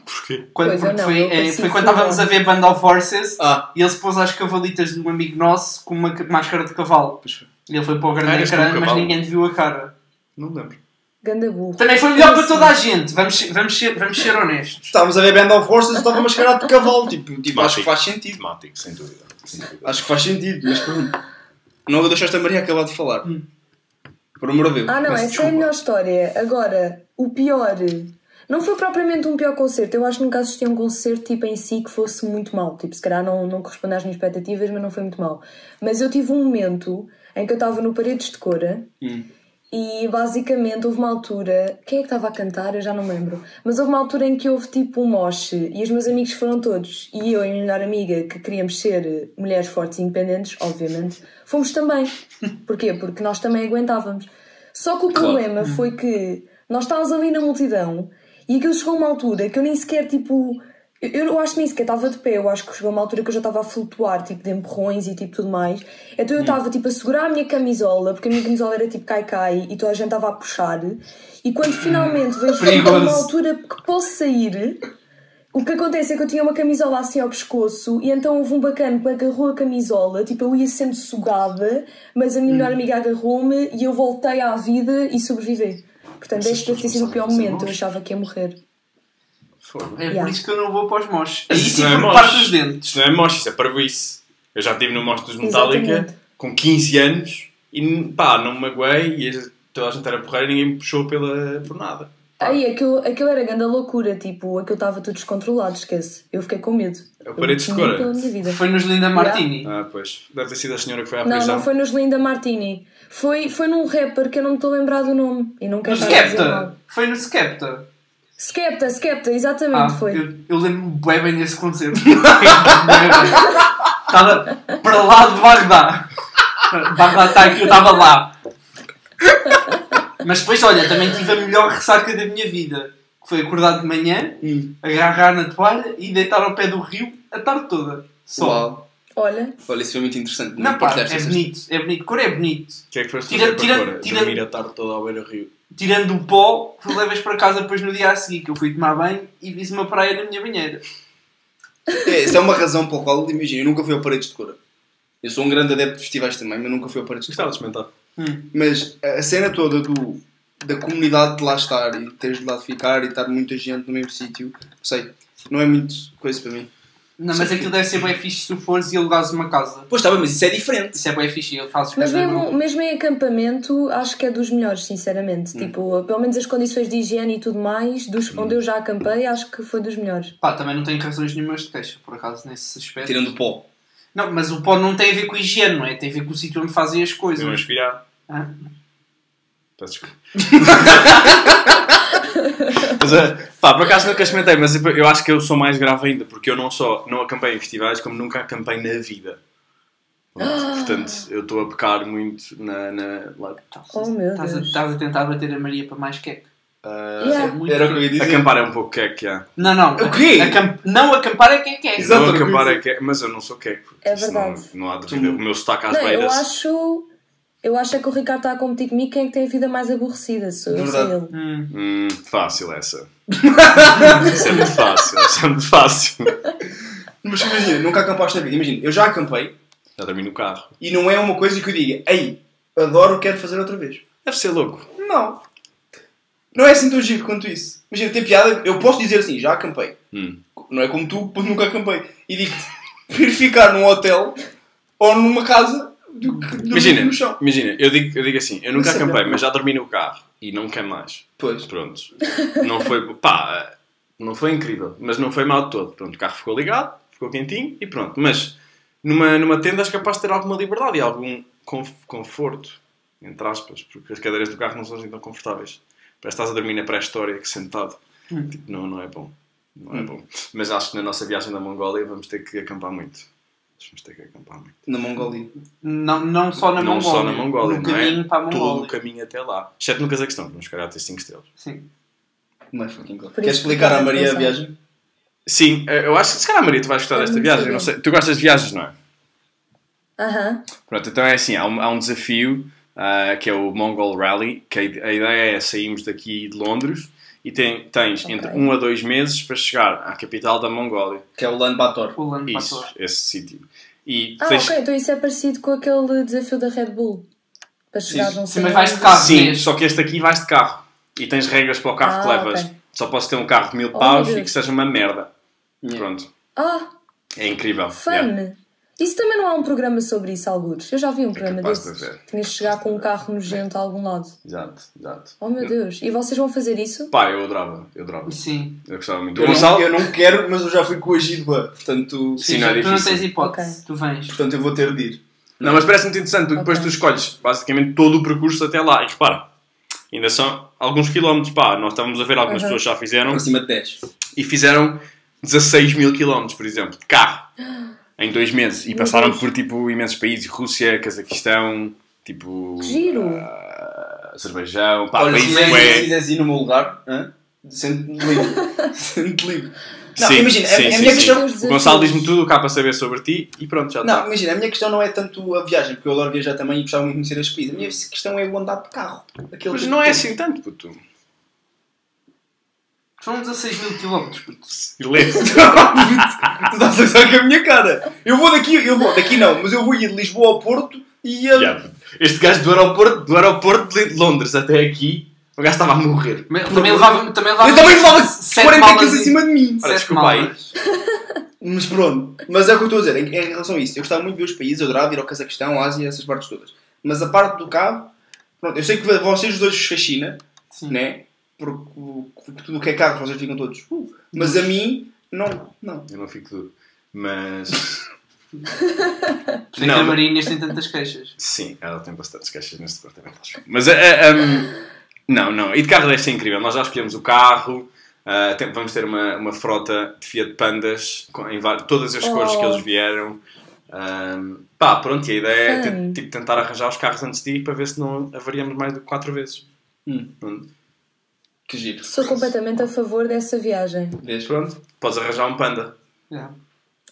Speaker 4: Porquê?
Speaker 3: Quando,
Speaker 2: Pois, eu
Speaker 3: porque
Speaker 2: não,
Speaker 3: foi,
Speaker 2: eu
Speaker 3: eh,
Speaker 2: apareci
Speaker 3: foi quando
Speaker 2: furor.
Speaker 3: estávamos a ver Band of Horses
Speaker 1: Ah,
Speaker 3: e ele se pôs às cavalitas de um amigo nosso com uma ca- máscara de cavalo.
Speaker 4: Pois foi.
Speaker 3: E Ele foi para o grande
Speaker 4: Ah, eras tu
Speaker 3: ecrã,
Speaker 4: um
Speaker 3: mas
Speaker 4: cavalo?
Speaker 3: ninguém lhe viu a cara.
Speaker 4: Não lembro.
Speaker 2: Ganda burro.
Speaker 3: Também foi
Speaker 2: Como
Speaker 3: melhor para
Speaker 2: assim?
Speaker 3: toda a gente, vamos, ser- vamos, ser, vamos ser honestos.
Speaker 1: estávamos a ver Band of Horses e estava mascarado de cavalo. Tipo, tipo acho
Speaker 4: Temático.
Speaker 1: que faz sentido.
Speaker 4: Temático, sem dúvida. Sem dúvida.
Speaker 1: Acho que faz sentido, mas pronto. Não vou deixar esta Maria acabar de falar.
Speaker 3: Hum.
Speaker 1: Por amor de Deus.
Speaker 2: Ah, não,
Speaker 1: Peço
Speaker 2: essa é
Speaker 1: desculpa.
Speaker 2: a melhor história. Agora, o pior. Não foi propriamente um pior concerto. Eu acho que nunca assisti a um concerto tipo, em si que fosse muito mau. Tipo, se calhar não, não corresponde às minhas expectativas, mas não foi muito mau. Mas eu tive um momento em que eu estava no Paredes de Cora
Speaker 1: Hum.
Speaker 2: e basicamente houve uma altura. Quem é que estava a cantar? Eu já não me lembro. Mas houve uma altura em que houve tipo um moche e os meus amigos foram todos. E eu e a minha melhor amiga, que queríamos ser mulheres fortes e independentes, obviamente, fomos também. Porquê? Porque nós também aguentávamos. Só que o
Speaker 1: Claro.
Speaker 2: problema foi que nós estávamos ali na multidão e aquilo chegou a uma altura que eu nem sequer, tipo. Eu, eu acho que nem sequer estava de pé, eu acho que chegou a uma altura que eu já estava a flutuar, tipo, de empurrões e tipo tudo mais. Então eu estava, tipo, a segurar a minha camisola, porque a minha camisola era tipo cai-cai e toda a gente estava a puxar. E quando finalmente vejo que há uma
Speaker 3: Perigoso.
Speaker 2: altura que posso sair, o que acontece é que eu tinha uma camisola assim ao pescoço e então houve um bacana que agarrou a camisola, tipo eu ia sendo sugada, mas a minha melhor amiga agarrou-me e eu voltei à vida e sobrevivi. Portanto,
Speaker 4: Vocês
Speaker 2: este deve ter
Speaker 4: não
Speaker 2: sido o
Speaker 4: sabem
Speaker 2: pior
Speaker 4: fazer
Speaker 2: momento, eu
Speaker 4: mãos?
Speaker 2: achava que ia morrer.
Speaker 4: Fogo.
Speaker 3: É por
Speaker 2: Yeah.
Speaker 3: isso que eu não vou para os moches. Aí
Speaker 4: Isso
Speaker 3: sim
Speaker 4: não é
Speaker 3: tipo, por
Speaker 4: moche.
Speaker 3: parte dos dentes.
Speaker 4: Isto não é moche, isso é parvoíce. Eu já estive no moche dos Metallica
Speaker 2: Exatamente.
Speaker 4: com 15 anos e pá, não me magoei e toda a gente era porreira e ninguém me puxou pela, por nada. Pá.
Speaker 2: Aí aquilo, aquilo era grande loucura, tipo, aquilo estava tudo descontrolado, esquece. Eu fiquei com medo.
Speaker 4: É o Paredes de
Speaker 2: Eu temi
Speaker 4: Cora.
Speaker 2: pela minha vida.
Speaker 3: Foi nos Linda Martini.
Speaker 4: Ah, pois. Deve ter sido a senhora que foi à
Speaker 2: Não,
Speaker 4: prisão.
Speaker 2: não foi nos Linda Martini. Foi, foi num rapper que eu não me estou a lembrar do nome. E não
Speaker 3: No
Speaker 2: quero estar a dizer mal.
Speaker 3: Skepta! Foi no Skepta!
Speaker 2: Skepta, Skepta, exatamente
Speaker 3: Ah,
Speaker 2: foi.
Speaker 3: eu, eu lembro-me bem bem desse concerto. Bué bem. Estava para lá de Bagdá. Bagdá está aqui, eu estava lá. Mas depois, olha, também tive a melhor ressaca da minha vida. Que foi acordar de manhã,
Speaker 1: Hum.
Speaker 3: agarrar na toalha e deitar ao pé do rio a tarde toda. Só.
Speaker 1: Uau.
Speaker 2: Olha,
Speaker 1: Olha, isso foi muito interessante. Não,
Speaker 3: Não, pá,
Speaker 1: partilhaste
Speaker 3: é
Speaker 1: essa
Speaker 3: bonito, é bonito. Cor é bonito.
Speaker 4: O que é que foste
Speaker 3: Tira-
Speaker 4: fazer para
Speaker 3: tira-
Speaker 4: fora?
Speaker 3: tira-
Speaker 4: Dormir a tarde toda ao beira-rio.
Speaker 3: Tirando o pó, que levas para casa depois no dia a seguir, que eu fui tomar banho e vi uma praia na minha banheira.
Speaker 1: É, isso é uma razão pela qual, imagina, eu nunca fui ao Paredes de Cora. Eu sou um grande adepto de festivais também, mas nunca fui ao Paredes de Cora.
Speaker 4: Gostava de experimentar.
Speaker 3: Hum.
Speaker 1: Mas a a cena toda do, da comunidade de lá estar e teres de lá de ficar e estar muita gente no mesmo sítio, não sei, não é muito coisa para mim.
Speaker 3: Não, mas
Speaker 1: Sim.
Speaker 3: aquilo deve ser bem fixe se tu fores e alugares uma casa.
Speaker 1: Pois estava, mas isso é diferente.
Speaker 3: Isso é bem fixe, eu faço
Speaker 2: Mas
Speaker 3: casa de
Speaker 2: mesmo,
Speaker 3: grupo.
Speaker 2: mesmo em acampamento, acho que é dos melhores, sinceramente. Tipo, pelo menos as condições de higiene e tudo mais, dos, onde eu já acampei, acho que foi dos melhores.
Speaker 3: Pá, também não tenho razões nenhumas de queixa, por acaso, nesse aspecto.
Speaker 1: Tirando o pó.
Speaker 3: Não, mas o pó não tem a ver com higiene, não é? Tem a ver com o sítio onde fazem as
Speaker 4: Eu vou
Speaker 3: coisas. Ah,
Speaker 4: inspirar.
Speaker 3: Hã?
Speaker 4: Peço desculpa. mas, eh, pá, por acaso nunca experimentei, mas tipo, eu- eu acho que eu sou mais grave ainda, porque eu não só não acampei em festivais, como nunca acampei na vida. Pronto,
Speaker 2: Ah.
Speaker 4: Portanto, eu estou a pecar muito na. na lá.
Speaker 2: Oh, meu
Speaker 3: então, Estás a,
Speaker 2: Deus.
Speaker 3: estás a tentar bater a Maria para mais é. queque.
Speaker 2: Yeah.
Speaker 3: muito
Speaker 1: Era o que eu ia dizer.
Speaker 4: Acampar é um pouco queque, já.
Speaker 3: Não, não.
Speaker 1: O quê?
Speaker 3: Acamp- Não acampar é quem quer.
Speaker 1: Exato.
Speaker 4: Não
Speaker 1: era o que eu
Speaker 4: acampar
Speaker 1: ia
Speaker 4: é queque, mas eu não sou queque.
Speaker 2: É
Speaker 4: isso
Speaker 2: verdade.
Speaker 4: Não, não há dúvida. O meu sotaque às
Speaker 2: Não, eu
Speaker 4: beiras.
Speaker 2: acho. Eu acho é que o Ricardo está a competir comigo quem é que tem a vida mais aborrecida, sou eu, sou
Speaker 1: Verdade.
Speaker 2: ele.
Speaker 3: Hum.
Speaker 4: Hum, fácil essa. isso é muito fácil, isso é muito fácil.
Speaker 1: Mas imagina, nunca acampaste na vida. Imagina, eu já acampei
Speaker 4: Já dormi no carro.
Speaker 1: e não é uma coisa que eu diga, ei, adoro, quero fazer outra vez.
Speaker 4: Deve ser louco.
Speaker 1: Não. Não é assim tão giro quanto isso. Imagina, tem piada, eu posso dizer assim, já acampei.
Speaker 4: Hum.
Speaker 1: Não é como tu, porque nunca acampei. E digo-te, prefiro ficar num hotel ou numa casa do que dormir
Speaker 4: Imagina,
Speaker 1: no chão.
Speaker 4: imagina eu, digo, eu digo assim, eu nunca
Speaker 1: Não sei
Speaker 4: acampei,
Speaker 1: não.
Speaker 4: mas já dormi no carro e não quero mais.
Speaker 1: Pois.
Speaker 4: Pronto. Não foi, pá, não foi incrível, mas não foi mal de todo. Pronto, o carro ficou ligado, ficou quentinho e pronto. Mas numa, numa tenda és capaz de ter alguma liberdade e algum conf- conforto, entre aspas, porque as cadeiras do carro não são assim tão confortáveis. Parece que estás a dormir na pré-história, que sentado.
Speaker 3: Hum.
Speaker 4: Tipo, não, não é bom. Não
Speaker 1: Hum.
Speaker 4: é bom. Mas acho que na nossa viagem da Mongólia vamos ter que acampar muito. Vamos ter que acampar muito.
Speaker 1: Na Mongólia.
Speaker 3: Não, não só na
Speaker 4: não
Speaker 3: Mongólia.
Speaker 4: só na Mongólia,
Speaker 3: No
Speaker 4: não
Speaker 3: caminho
Speaker 4: é?
Speaker 3: para a
Speaker 4: Todo o
Speaker 3: Mongólia.
Speaker 4: caminho até lá. Exceto no Cazaquistão, que vamos calhar ter 5 estrelas.
Speaker 3: Sim.
Speaker 1: Mas é fucking God.
Speaker 2: Por
Speaker 1: Queres
Speaker 2: isso que
Speaker 1: explicar à
Speaker 2: eu
Speaker 1: Maria a
Speaker 2: pensava.
Speaker 1: viagem?
Speaker 4: Sim, eh, eu acho que se calhar Maria tu vais gostar
Speaker 2: É
Speaker 4: desta
Speaker 2: muito
Speaker 4: viagem.
Speaker 2: bom.
Speaker 4: não sei. Tu gostas de viagens, não é?
Speaker 2: Aham.
Speaker 4: Pronto, então é assim, há um, há um desafio ah, que é o Mongol Rally, que a, ide- a ideia é sairmos daqui de Londres e tem- tens
Speaker 2: Ok.
Speaker 4: entre um a dois meses para chegar à capital da Mongólia.
Speaker 1: Que é o Lando Bator.
Speaker 3: O Lando
Speaker 4: Isso,
Speaker 3: Bator.
Speaker 4: esse sítio. E
Speaker 2: Ah,
Speaker 4: tens-
Speaker 2: ok, então isso é parecido com aquele desafio da Red Bull. Para chegar
Speaker 4: Sim,
Speaker 2: a um
Speaker 3: sim, mas vais de
Speaker 2: certo-
Speaker 3: carro.
Speaker 4: Sim,
Speaker 3: mesmo.
Speaker 4: só que este aqui vais de carro e tens regras para o carro
Speaker 2: Ah,
Speaker 4: que levas.
Speaker 2: ok.
Speaker 4: Só posso ter um carro de mil
Speaker 2: Oh,
Speaker 4: paus
Speaker 2: meu
Speaker 4: e
Speaker 2: Deus.
Speaker 4: que seja uma merda.
Speaker 1: Yeah.
Speaker 4: Pronto,
Speaker 2: Ah,
Speaker 4: é incrível.
Speaker 2: fun!
Speaker 4: Yeah. É
Speaker 2: Isso também não há um programa sobre isso, alguns. Eu já vi um programa
Speaker 4: capaz de
Speaker 2: desses.
Speaker 4: haver.
Speaker 2: Tinhas de chegar com um carro nojento a algum lado.
Speaker 4: Exato, exato.
Speaker 2: Oh meu Deus, e vocês vão fazer isso?
Speaker 4: Pá, eu adorava, eu adorava.
Speaker 3: Sim.
Speaker 4: Eu gostava muito.
Speaker 1: Eu
Speaker 4: O Gonçalo,
Speaker 1: não, eu não quero, mas eu já fui coagido, pá. Portanto,
Speaker 4: Sim,
Speaker 3: Sim,
Speaker 4: não é
Speaker 3: tu não
Speaker 4: difícil.
Speaker 3: tens hipótese. Tu vens.
Speaker 1: portanto, eu vou ter de ir.
Speaker 4: Não, mas parece muito interessante, porque depois
Speaker 2: Ok.
Speaker 4: tu escolhes basicamente todo o percurso até lá. E repara, ainda são alguns quilómetros. Pá, nós estávamos a ver algumas
Speaker 2: Aham.
Speaker 4: pessoas já fizeram
Speaker 1: Para cima de 10.
Speaker 4: e fizeram 16 mil quilómetros, por exemplo, de carro em dois meses. E
Speaker 2: Meu
Speaker 4: passaram
Speaker 2: Deus.
Speaker 4: por tipo imensos países: Rússia, Cazaquistão, tipo.
Speaker 2: Giro.
Speaker 4: ah, Azerbaijão, pá, é-
Speaker 1: Olha, se
Speaker 4: países.
Speaker 1: nem
Speaker 4: bué.
Speaker 1: quiseres ir no meu lugar, hã? sente-me livre. sente-me livre. Não,
Speaker 4: Sim,
Speaker 1: imagina, a-
Speaker 4: sim,
Speaker 1: a,
Speaker 4: sim,
Speaker 1: minha
Speaker 4: sim.
Speaker 1: questão. é
Speaker 4: O Gonçalo diz-me tudo o que há para saber sobre ti e pronto, já
Speaker 1: Não,
Speaker 4: está.
Speaker 1: imagina, a minha questão não é tanto a viagem, porque eu adoro viajar também e gostava muito de conhecer as países. A minha questão é o andar de carro. Aquele
Speaker 4: Mas
Speaker 1: tipo
Speaker 4: não é
Speaker 1: de-
Speaker 4: assim tanto, puto.
Speaker 3: São 16 mil quilómetros. puto.
Speaker 4: Silêncio.
Speaker 1: tu estás a usar com a minha cara. Eu vou daqui, eu vou, daqui não, mas eu vou ir de Lisboa ao Porto e a.
Speaker 4: Yeah. Este gajo do aeroporto, do aeroporto de Londres até aqui, o gajo estava a morrer.
Speaker 3: Mas Também levava. Também levava
Speaker 1: Eu também levava
Speaker 3: sete
Speaker 1: 40
Speaker 3: malas
Speaker 1: quilos
Speaker 3: e-
Speaker 1: acima de mim.
Speaker 4: Ora,
Speaker 3: sete
Speaker 4: desculpa
Speaker 3: malas.
Speaker 1: Mas pronto, mas é o que eu estou a dizer, em, em relação a isso, eu gostava muito de ver os países, eu adorava ir ao Cazaquistão, à Ásia, essas partes todas. Mas a parte do carro, pronto, eu sei que vocês os dois a China,
Speaker 3: Sim.
Speaker 1: né? Porque o- porque tudo o que é carro, vocês ficam todos. "Uh", mas a mim, não, não.
Speaker 4: Eu não fico duro. Mas.
Speaker 3: Por isso é que
Speaker 4: Não.
Speaker 3: a Marinhas tem tantas queixas.
Speaker 4: Sim, ela tem bastantes queixas neste departamento. acho. Mas. eh, eh, um, não, não. E de carro deve ser incrível. Nós já escolhemos o carro. ah, tem- vamos ter uma, uma frota de Fiat Pandas com, em var- todas as cores
Speaker 2: Oh.
Speaker 4: que eles vieram. Ahm, pá, pronto, e a ideia é
Speaker 2: Fun.
Speaker 4: te- tipo, tentar arranjar os carros antes de ir para ver se não avariamos mais do que 4 vezes.
Speaker 1: Hum.
Speaker 4: Pronto.
Speaker 1: Que giro.
Speaker 2: Sou completamente a favor dessa viagem.
Speaker 1: Vês?
Speaker 4: Pronto, podes arranjar um Panda.
Speaker 3: Yeah.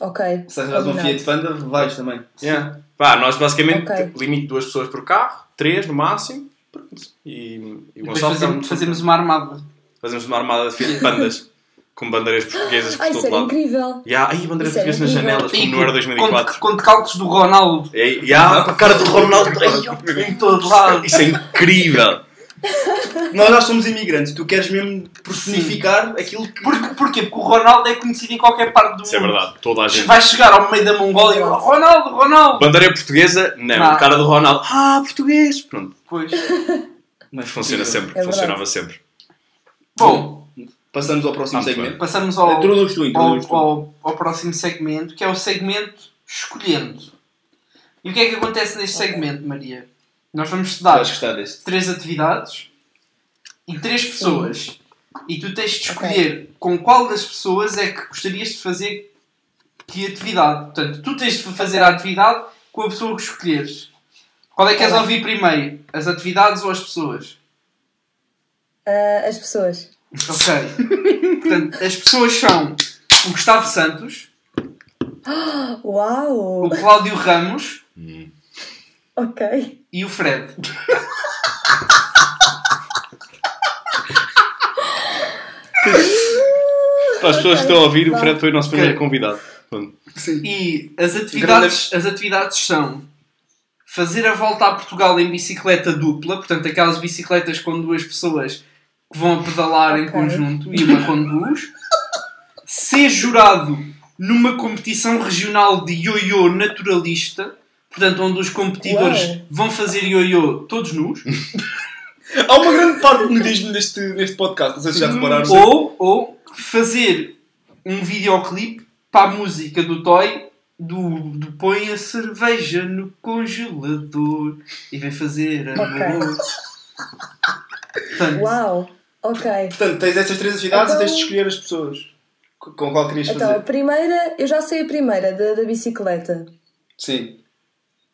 Speaker 2: Ok.
Speaker 1: Se arranjas um
Speaker 2: combinado.
Speaker 1: Fiat Panda, vais também.
Speaker 4: Yeah. Pá, nós basicamente
Speaker 2: Ok.
Speaker 4: t- limite duas pessoas por carro, três no máximo, pronto. E, e
Speaker 3: E
Speaker 4: o
Speaker 3: Depois
Speaker 4: Gonçalo
Speaker 3: fazemos,
Speaker 4: fazemos,
Speaker 3: fazemos uma armada.
Speaker 4: fazemos uma armada de Fiat pandas com bandeiras portuguesas por
Speaker 2: Ai, isso
Speaker 4: todo
Speaker 2: era
Speaker 4: lado.
Speaker 2: incrível.
Speaker 4: E há aí bandeiras
Speaker 2: Isso era
Speaker 4: portuguesas nas
Speaker 2: incrível.
Speaker 4: janelas, como no Euro 2004.
Speaker 3: Com, com decalques do Ronaldo
Speaker 4: E, e há a cara do Ronaldo. Ai, ó,
Speaker 3: em todo lado.
Speaker 4: Isso é incrível!
Speaker 1: Nós já somos imigrantes, tu queres mesmo personificar aquilo que.
Speaker 3: Porquê? Porquê? Porque o Ronaldo é conhecido em qualquer parte do
Speaker 4: Isso é
Speaker 3: mundo.
Speaker 4: verdade, toda a gente.
Speaker 3: Vai chegar ao meio da Mongólia e vai, Ronaldo, Ronaldo!
Speaker 4: Bandeira portuguesa, não.
Speaker 3: Não.
Speaker 4: Cara do Ronaldo, ah, português! Pronto,
Speaker 3: Pois.
Speaker 1: Mas
Speaker 4: funciona sempre,
Speaker 2: É
Speaker 4: funcionava sempre.
Speaker 3: Bom,
Speaker 1: Passamos ao próximo
Speaker 4: Ah, muito
Speaker 1: segmento.
Speaker 3: passamos ao,
Speaker 1: Introduz tu, introduz
Speaker 3: ao,
Speaker 1: tu.
Speaker 3: ao, Então, ao próximo segmento, que é o segmento escolhendo. E o que é que acontece neste segmento, Maria? Nós vamos estudar
Speaker 1: Vais gostar deste.
Speaker 3: três atividades e três pessoas. E tu tens de escolher com qual das pessoas é que gostarias de fazer que atividade. Portanto, tu tens de fazer a atividade com a pessoa que escolheres. Qual é que queres
Speaker 2: Ok.
Speaker 3: ouvir primeiro? As atividades ou as pessoas?
Speaker 2: Ah, as pessoas.
Speaker 3: Ok. Portanto, as pessoas são o Gustavo Santos, o
Speaker 2: Uau!
Speaker 3: Cláudio Ramos
Speaker 2: Ok.
Speaker 3: e o Fred.
Speaker 4: Para as pessoas que estão a ouvir, o
Speaker 2: Vá.
Speaker 4: Fred foi o nosso
Speaker 3: Ok.
Speaker 4: primeiro convidado. Pronto.
Speaker 1: Sim.
Speaker 3: E as atividades, as atividades são fazer a volta a Portugal em bicicleta dupla, portanto, aquelas bicicletas com duas pessoas que vão a pedalar em
Speaker 2: Ok.
Speaker 3: conjunto e uma conduz, ser jurado numa competição regional de ioiô naturalista. Portanto, onde os competidores
Speaker 2: Uau.
Speaker 3: vão fazer ioiô todos nus,
Speaker 1: Há uma grande parte do nudismo neste, neste podcast, não sei se já repararam.
Speaker 3: ou, ou fazer um videoclipe para a música do Toy do, do Põe a cerveja no congelador e vem fazer amor. Portanto,
Speaker 2: Uau! Ok.
Speaker 1: Portanto, tens essas três atividades e
Speaker 2: Então-
Speaker 1: tens de escolher as pessoas co- com qual querias
Speaker 2: Então, a
Speaker 1: fazer.
Speaker 2: primeira, eu já sei a primeira, da, da bicicleta.
Speaker 1: Sim.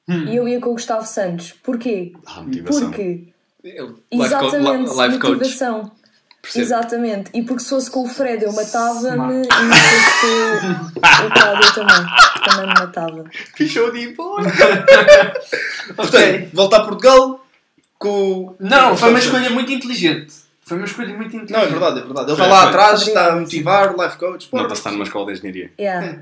Speaker 2: E eu ia com o Gustavo Santos. Porquê?
Speaker 4: Ah, motivação.
Speaker 1: É
Speaker 2: Porque,
Speaker 1: Eu-
Speaker 2: exatamente, motivação.
Speaker 4: Percebo.
Speaker 2: Exatamente. E porque se fosse com o Fred eu matava-me e se fosse com o Cláudio também. Também me matava.
Speaker 3: Fechou de ir embora.
Speaker 1: Portanto, voltar a Portugal com.
Speaker 3: Não, foi uma
Speaker 1: Não,
Speaker 3: escolha muito inteligente. Foi uma escolha muito inteligente.
Speaker 1: é verdade, é verdade. Ele
Speaker 4: Foi,
Speaker 1: vai lá
Speaker 4: foi.
Speaker 1: atrás, está a motivar, life coach.
Speaker 4: Não
Speaker 1: porra.
Speaker 4: está a estar numa escola de engenharia.
Speaker 2: Yeah.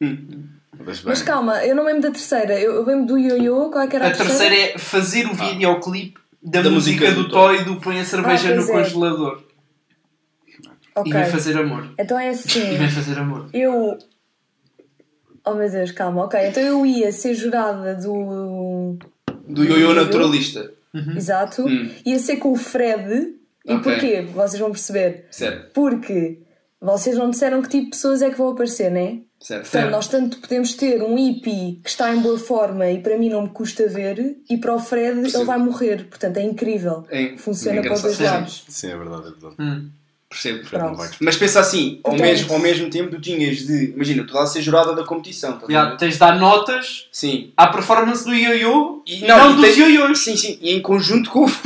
Speaker 4: Mas bem.
Speaker 2: Mas calma, eu não lembro da terceira, eu, eu lembro do Yo-Yo, qual é que era a,
Speaker 3: A terceira é fazer o videoclipe da,
Speaker 1: Ah. Da
Speaker 3: música,
Speaker 1: música
Speaker 3: do
Speaker 1: do
Speaker 3: Toy do Põe a Cerveja
Speaker 2: Ah,
Speaker 3: no
Speaker 2: pois é.
Speaker 3: Congelador.
Speaker 2: Ok.
Speaker 3: E vem fazer amor.
Speaker 2: Então é
Speaker 3: E
Speaker 2: assim.
Speaker 3: vem fazer amor.
Speaker 2: Eu. Oh meu Deus, calma, ok. Então eu ia ser jurada do.
Speaker 1: Do Yoyo Naturalista.
Speaker 2: Exato.
Speaker 1: Hum.
Speaker 2: Ia ser com o Fred. E
Speaker 1: Ok.
Speaker 2: porquê? Vocês vão perceber.
Speaker 1: Certo,
Speaker 2: Porque vocês não disseram que tipo de pessoas é que vão aparecer, né?
Speaker 1: certo.
Speaker 2: Portanto, nós tanto podemos ter um hippie que está em boa forma e para mim não me custa ver, e para o Fred ele vai morrer. Portanto, é incrível.
Speaker 1: É
Speaker 2: Funciona para os dois
Speaker 1: engraçado.
Speaker 2: lados.
Speaker 4: Sim, é verdade, é verdade.
Speaker 3: Hum.
Speaker 1: Percebo.
Speaker 4: Fred não vai
Speaker 2: Pronto.
Speaker 1: Mas pensa assim, ao
Speaker 2: Portanto-
Speaker 1: mesmo, ao mesmo tempo tu tinhas de. Imagina, tu estás a ser jurada da competição, estás a
Speaker 3: Já,
Speaker 1: ver?
Speaker 3: tens de dar notas
Speaker 1: Sim.
Speaker 3: à performance do Yo-Yo
Speaker 1: E-
Speaker 3: e não,
Speaker 1: e
Speaker 3: dos
Speaker 1: tens-
Speaker 3: Yo-Yos.
Speaker 1: Sim, sim, e em conjunto com o.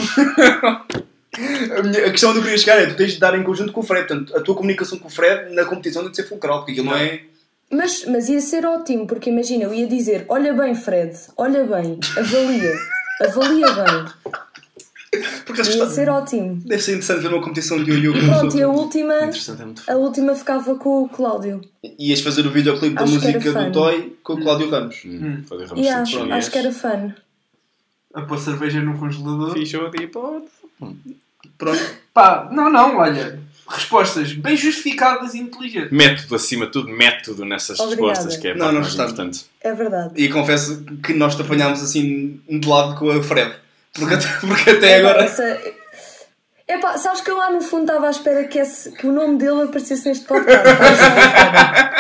Speaker 1: a, minha- a questão do que eu queria chegar é tu tens de dar em conjunto com o Fred. Portanto, a tua comunicação com o Fred na competição tem de ser fulcral, porque aquilo não é.
Speaker 2: Mas, mas ia ser ótimo, porque imagina, eu ia dizer: olha bem, Fred, olha bem, avalia, avalia bem.
Speaker 1: Porque as
Speaker 2: Ia
Speaker 1: pessoas-
Speaker 2: ser ótimo.
Speaker 1: Deve ser interessante ver uma competição de yo-yo com
Speaker 2: Pronto, e a
Speaker 1: eu...
Speaker 2: última,
Speaker 4: Interessante, é muito
Speaker 2: a última ficava com o Cláudio.
Speaker 1: Ias fazer o videoclipe da
Speaker 2: Acho que era
Speaker 1: música
Speaker 2: fun.
Speaker 1: do Toy com o Cláudio Ramos.
Speaker 4: Hum, Fazer Ramos
Speaker 2: Yeah,
Speaker 4: Santos Dias.
Speaker 2: acho que era fã.
Speaker 3: A pôr cerveja no congelador.
Speaker 4: é Fechou de hipótese.
Speaker 1: Pronto.
Speaker 3: Pá, não, não, olha. Respostas bem justificadas e inteligentes.
Speaker 4: Método acima de tudo, método nessas
Speaker 2: Obrigada.
Speaker 4: respostas, que é a
Speaker 1: Não,
Speaker 4: parte
Speaker 1: não
Speaker 4: mais
Speaker 1: gostava.
Speaker 4: importante.
Speaker 2: É verdade.
Speaker 1: E confesso que nós te apanhámos assim de lado com a Fred. Porque até, porque até agora.
Speaker 2: É pá, sabes que eu lá no fundo estava à espera que, esse- que o nome dele aparecesse neste podcast.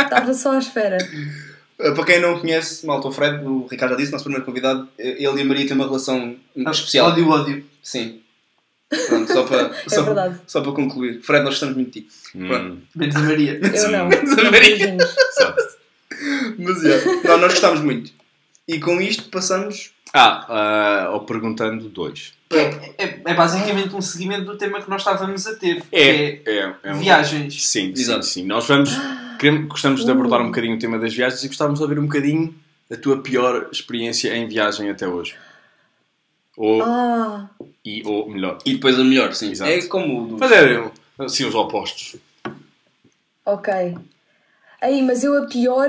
Speaker 2: Estava só à espera. Estava só à espera.
Speaker 1: Uh, Para quem não conhece, malta, o Fred, o Ricardo já disse, nosso primeiro convidado, uh, ele e a Maria têm uma relação
Speaker 3: Ah,
Speaker 1: especial.
Speaker 3: Ódio, ódio.
Speaker 1: Sim. Pronto, só para, só,
Speaker 2: É verdade.
Speaker 1: só para concluir. Fred, nós estamos muito de ti. Pronto.
Speaker 4: Hum,
Speaker 3: Menos a Maria.
Speaker 2: Eu não.
Speaker 1: a Maria.
Speaker 2: Beijinhos.
Speaker 4: sabe.
Speaker 1: Mas é. Não, nós gostamos muito. E com isto passamos
Speaker 4: Ah, ah, ou perguntando dois.
Speaker 3: É, é basicamente um seguimento do tema que nós estávamos a ter. que
Speaker 4: É, é, é um-
Speaker 3: viagens.
Speaker 4: Sim, sim,
Speaker 1: Exato.
Speaker 4: sim. Nós vamos,
Speaker 2: Ah.
Speaker 4: queremos, gostamos
Speaker 2: Uh.
Speaker 4: de abordar um bocadinho o tema das viagens e gostávamos de ouvir um bocadinho a tua pior experiência em viagem até hoje. Ou,
Speaker 2: Ah,
Speaker 4: e, ou melhor.
Speaker 1: e depois a melhor, sim.
Speaker 4: Exato.
Speaker 1: É como o do...
Speaker 4: Mas é, assim, os opostos.
Speaker 2: ok. Aí, mas eu a pior,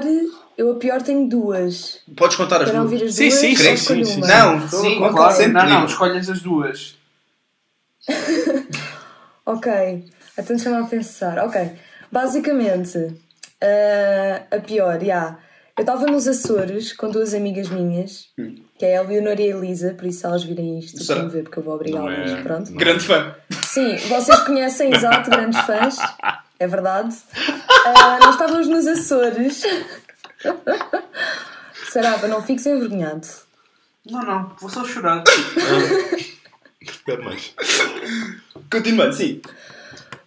Speaker 2: eu a pior tenho duas.
Speaker 1: Podes contar as
Speaker 2: Para não
Speaker 1: duas.
Speaker 2: ouvir as
Speaker 4: Sim,
Speaker 2: duas,
Speaker 4: sim,
Speaker 2: só
Speaker 4: sim,
Speaker 2: escolho
Speaker 4: sim, sim.
Speaker 2: uma.
Speaker 1: Não,
Speaker 3: Sim,
Speaker 1: Então, conta
Speaker 3: claro.
Speaker 1: sempre.
Speaker 3: Não, não, escolhas as duas.
Speaker 2: Ok, então deixa-me a pensar. Ok, basicamente, ah, a pior, já. Eu estava nos Açores com duas amigas minhas,
Speaker 4: Hum.
Speaker 2: que é a Leonor e a Elisa, por isso se elas virem isto,
Speaker 1: Será?
Speaker 2: vão ver, porque eu vou obrigá-las,
Speaker 4: Não é-
Speaker 2: pronto.
Speaker 1: Grande fã.
Speaker 2: Sim, vocês conhecem, exato, grandes fãs, é verdade. Ah, nós estávamos nos Açores. Sarava, não fiques envergonhado.
Speaker 3: Não, não, vou só chorar.
Speaker 4: É, Espero mais.
Speaker 1: Continuando, sim.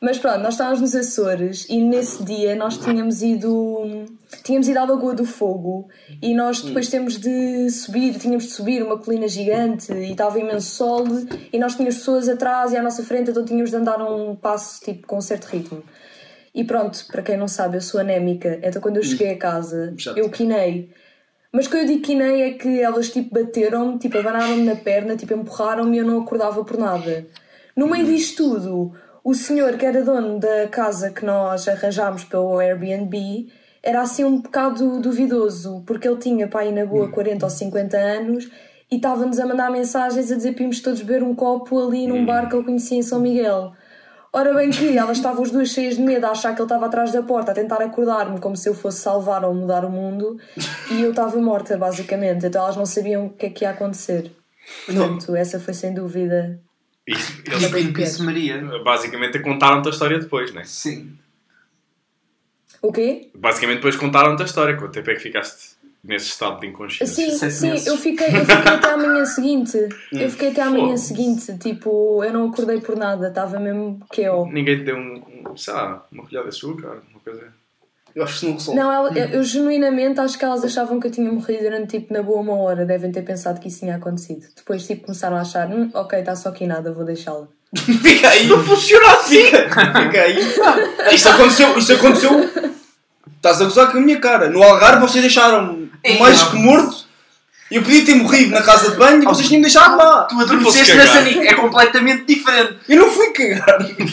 Speaker 2: Mas pronto, nós estávamos nos Açores e nesse dia nós tínhamos ido tínhamos ido à Lagoa do Fogo e nós depois temos de subir, tínhamos de subir uma colina gigante e estava imenso sol e nós tínhamos pessoas atrás e à nossa frente, então tínhamos de andar um passo tipo com um certo ritmo. E pronto, para quem não sabe, eu sou anémica, então quando eu cheguei a casa,
Speaker 1: Chato.
Speaker 2: eu quinei. Mas quando eu digo quinei é que elas tipo bateram-me, tipo abanaram-me na perna, tipo empurraram-me e eu não acordava por nada. No meio disto tudo, o senhor que era dono da casa que nós arranjámos pelo Airbnb era assim um bocado duvidoso, porque ele tinha pai na boa 40 ou 50 anos e estava-nos a mandar mensagens a dizer para irmos todos beber um copo ali num bar que eu conhecia em São Miguel. Ora bem que elas estavam as duas cheias de medo a achar que ele estava atrás da porta a tentar acordar-me como se eu fosse salvar ou mudar o mundo e eu estava morta basicamente, então elas não sabiam o que é que ia acontecer. Portanto, essa foi sem dúvida
Speaker 4: Eles,
Speaker 3: Rip in peace, Maria.
Speaker 4: basicamente contaram-te a história depois, não é?
Speaker 3: Sim.
Speaker 2: o quê?
Speaker 4: Basicamente depois contaram-te a história. Quanto tempo é que ficaste nesse estado de inconsciência?
Speaker 2: Sim,
Speaker 3: sete
Speaker 2: sim,
Speaker 3: meses. Hum.
Speaker 2: eu fiquei, eu fiquei até à manhã seguinte. Eu fiquei até à manhã
Speaker 4: Foda-se.
Speaker 2: seguinte, tipo, eu não acordei por nada, estava mesmo que eu.
Speaker 4: Ninguém te deu, um, um, sei lá, uma colher de açúcar, uma coisa...
Speaker 1: Eu acho que isso não resolve.
Speaker 2: Não, ela-
Speaker 3: Hum.
Speaker 2: eu, eu genuinamente acho que elas achavam que eu tinha morrido durante tipo na boa uma hora, devem ter pensado que isso tinha acontecido. Depois tipo começaram a achar, hum, ok, está só aqui nada, vou deixá-la.
Speaker 3: Fica aí.
Speaker 4: Não funciona assim!
Speaker 1: Fica aí. Isto aconteceu, isto aconteceu. Estás a gozar com a minha cara. No Algarve vocês deixaram-me
Speaker 3: Ei,
Speaker 1: mais
Speaker 3: não.
Speaker 1: que morto. Eu podia ter morrido na casa de banho e vocês tinham me deixado lá.
Speaker 3: Tu adormeceste
Speaker 4: Não
Speaker 3: na
Speaker 4: fosse cagar.
Speaker 3: sanita. É completamente diferente.
Speaker 1: Eu não fui cagar.
Speaker 3: Ele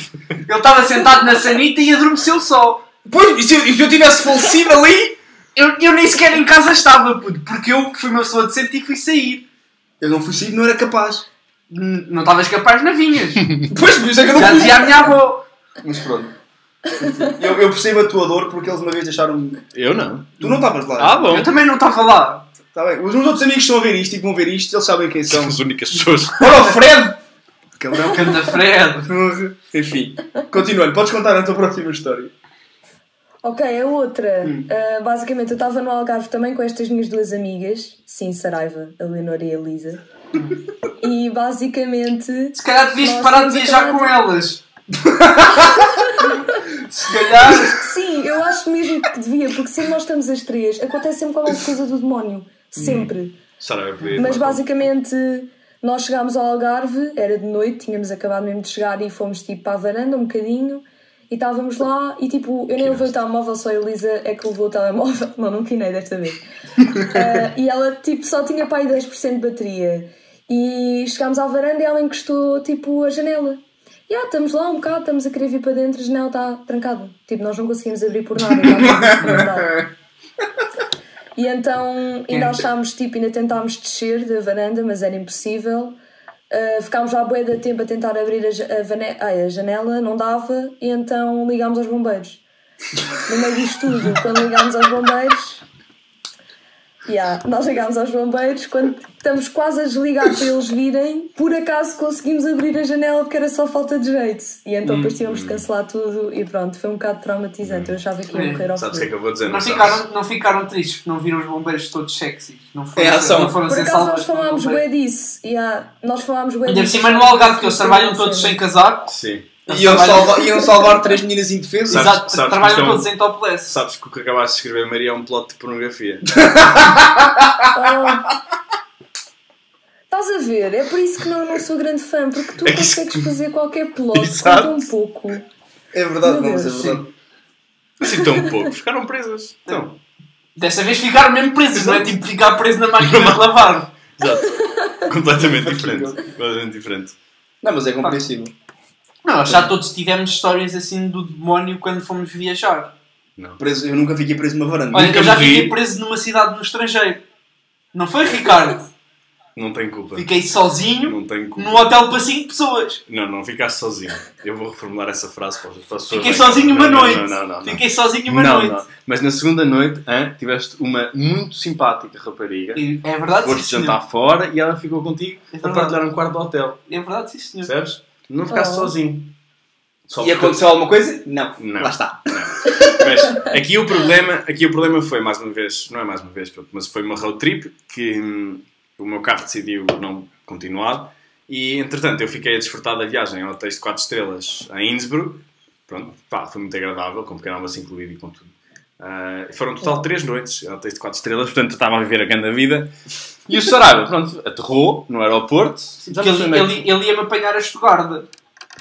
Speaker 3: estava sentado na sanita e adormeceu só.
Speaker 1: Pois, e se, eu- e se eu tivesse falecido ali?
Speaker 3: Eu, eu nem sequer em casa estava, puto, porque eu fui uma pessoa decente e fui sair.
Speaker 1: Eu não fui sair, não era capaz.
Speaker 3: N- Não estavas capaz na vinhas.
Speaker 1: Pois, por isso é que eu não
Speaker 3: Já
Speaker 1: fui.
Speaker 3: dizia a minha avó.
Speaker 1: Mas pronto. Eu, eu percebo a tua dor porque eles uma vez um- deixaram-me.
Speaker 4: Eu não.
Speaker 1: Tu não estavas lá.
Speaker 4: Ah, bom.
Speaker 3: Eu também não estava lá.
Speaker 1: Tá bem. Os meus outros amigos que estão a ver isto e que vão ver isto, eles sabem quem são.
Speaker 4: São as únicas pessoas.
Speaker 1: Ora, o Fred! Cabrão.
Speaker 3: Canta Fred.
Speaker 1: Enfim, continuando, podes contar a tua próxima história.
Speaker 2: Ok, a outra. Uh, basicamente, eu estava no Algarve também com estas minhas duas amigas. Sim, Saraiva, a Leonor e a Elisa. e basicamente.
Speaker 3: Se calhar devias
Speaker 2: Nós
Speaker 3: parar de
Speaker 2: temos
Speaker 3: viajar
Speaker 2: aquela-
Speaker 3: com elas. Se calhar.
Speaker 2: Sim, eu acho mesmo que devia, porque sempre nós estamos as três, acontece sempre qualquer coisa do demónio. Sempre.
Speaker 4: Sarah, eu podia-
Speaker 2: Mas basicamente nós chegámos ao Algarve, era de noite, tínhamos acabado mesmo de chegar e fomos tipo para a varanda um bocadinho e estávamos lá e tipo, eu nem levei o telemóvel, só a Elisa é que levou o telemóvel, não, não quinei desta vez. Ah, e ela tipo só tinha para aí 10% de bateria. E chegámos à varanda e ela encostou tipo a janela. E ah, estamos lá um bocado, estamos a querer vir para dentro, a janela está trancada. Tipo, nós não conseguimos abrir por nada. tá? está tudo trancado. E então ainda achámos, tipo, ainda tentámos descer da varanda, mas era impossível. Uh, ficámos lá bué de tempo a tentar abrir a, ja- a vane- ai, a janela, não dava, e então ligámos aos bombeiros. No meio disto tudo, quando ligámos aos bombeiros... Yeah, nós ligámos aos bombeiros, quando estamos quase a desligar para eles virem, por acaso conseguimos abrir a janela porque era só falta de jeito. E então depois tínhamos de cancelar tudo e pronto, foi um bocado traumatizante. Eu achava que ia morrer ao
Speaker 4: Sabes
Speaker 2: frio.
Speaker 4: o que é que eu vou dizer?
Speaker 3: Não
Speaker 4: sabes?
Speaker 3: ficaram, não ficaram tristes porque não viram os bombeiros todos sexys. Não foram,
Speaker 1: É, são.
Speaker 3: não foram
Speaker 2: Por
Speaker 3: ser
Speaker 2: acaso nós
Speaker 3: salvas. pelos
Speaker 2: falámos
Speaker 3: bombeiros.
Speaker 2: bué disso. Yeah, nós falámos bué
Speaker 3: Ainda por
Speaker 2: disso.
Speaker 3: cima no Algarve, que eles trabalham todos sem casaco.
Speaker 4: Sim.
Speaker 1: Iam salvar, iam salvar três meninas indefesas.
Speaker 4: Sabes-
Speaker 3: Exato,
Speaker 4: sabes que
Speaker 3: trabalham
Speaker 4: isto é um-
Speaker 3: todos em topless.
Speaker 4: Sabes que o que acabaste de escrever, Maria, é um plot de pornografia.
Speaker 3: Ah!
Speaker 2: Oh. Estás a ver? É por isso que não, não sou grande fã, porque tu
Speaker 4: É que isso-
Speaker 2: consegues fazer qualquer plot
Speaker 4: Exato.
Speaker 2: com tão pouco.
Speaker 1: É verdade, não,
Speaker 2: Meu
Speaker 1: mas é
Speaker 2: Deus,
Speaker 1: verdade.
Speaker 4: Assim tão pouco. Ficaram presas. Então.
Speaker 3: Dessa vez ficaram mesmo presos, não é? Tipo, ficar preso na máquina de lavar.
Speaker 4: Exato. Completamente diferente. Completamente diferente.
Speaker 1: Não, mas é compreensível.
Speaker 3: Não, nós já todos tivemos histórias assim do demónio quando fomos viajar.
Speaker 1: Preso, eu nunca fiquei preso numa varanda.
Speaker 3: Olha,
Speaker 4: Nunca
Speaker 3: eu já
Speaker 4: me vi.
Speaker 3: fiquei preso numa cidade no estrangeiro. Não foi, Ricardo?
Speaker 4: Não tem culpa.
Speaker 3: Fiquei sozinho
Speaker 4: Não tem culpa.
Speaker 3: num hotel para 5 pessoas.
Speaker 4: Não, não ficaste sozinho. Eu vou reformular essa frase para as para as pessoas.
Speaker 3: Fiquei
Speaker 4: lá em casa.
Speaker 3: sozinho uma
Speaker 4: Não, não,
Speaker 3: noite.
Speaker 4: Não, não, não.
Speaker 3: Fiquei sozinho uma
Speaker 4: Não,
Speaker 3: noite.
Speaker 4: não. Mas na segunda noite, hã, tiveste uma muito simpática rapariga.
Speaker 3: E- É verdade, sim,
Speaker 4: Foste
Speaker 3: senhor.
Speaker 4: jantar fora e ela ficou contigo
Speaker 3: É
Speaker 4: a
Speaker 3: verdade.
Speaker 4: partilhar um quarto de hotel.
Speaker 3: É verdade, sim, senhor.
Speaker 4: Percebes? Não ficaste
Speaker 2: Oh.
Speaker 4: sozinho. Só
Speaker 1: E
Speaker 4: porque-
Speaker 1: aconteceu alguma coisa? Não.
Speaker 4: Não.
Speaker 1: Lá está.
Speaker 4: Mas aqui o problema, aqui o problema foi mais uma vez, não é mais uma vez, pronto, mas foi uma road trip que hum, o meu carro decidiu não continuar e entretanto eu fiquei a desfrutar da viagem a hotéis de 4 estrelas a Innsbruck. Pronto, pá, foi muito agradável, com pequeno almoço incluído e com tudo. Ah, foram total 3 noites a hotéis de 4 estrelas, portanto eu estava a viver a grande vida. E o Saraiva, pronto, aterrou no aeroporto. Já
Speaker 3: Porque
Speaker 4: não sei
Speaker 3: ele,
Speaker 4: onde é que-
Speaker 3: ele, ele ia-me apanhar a Estugarda.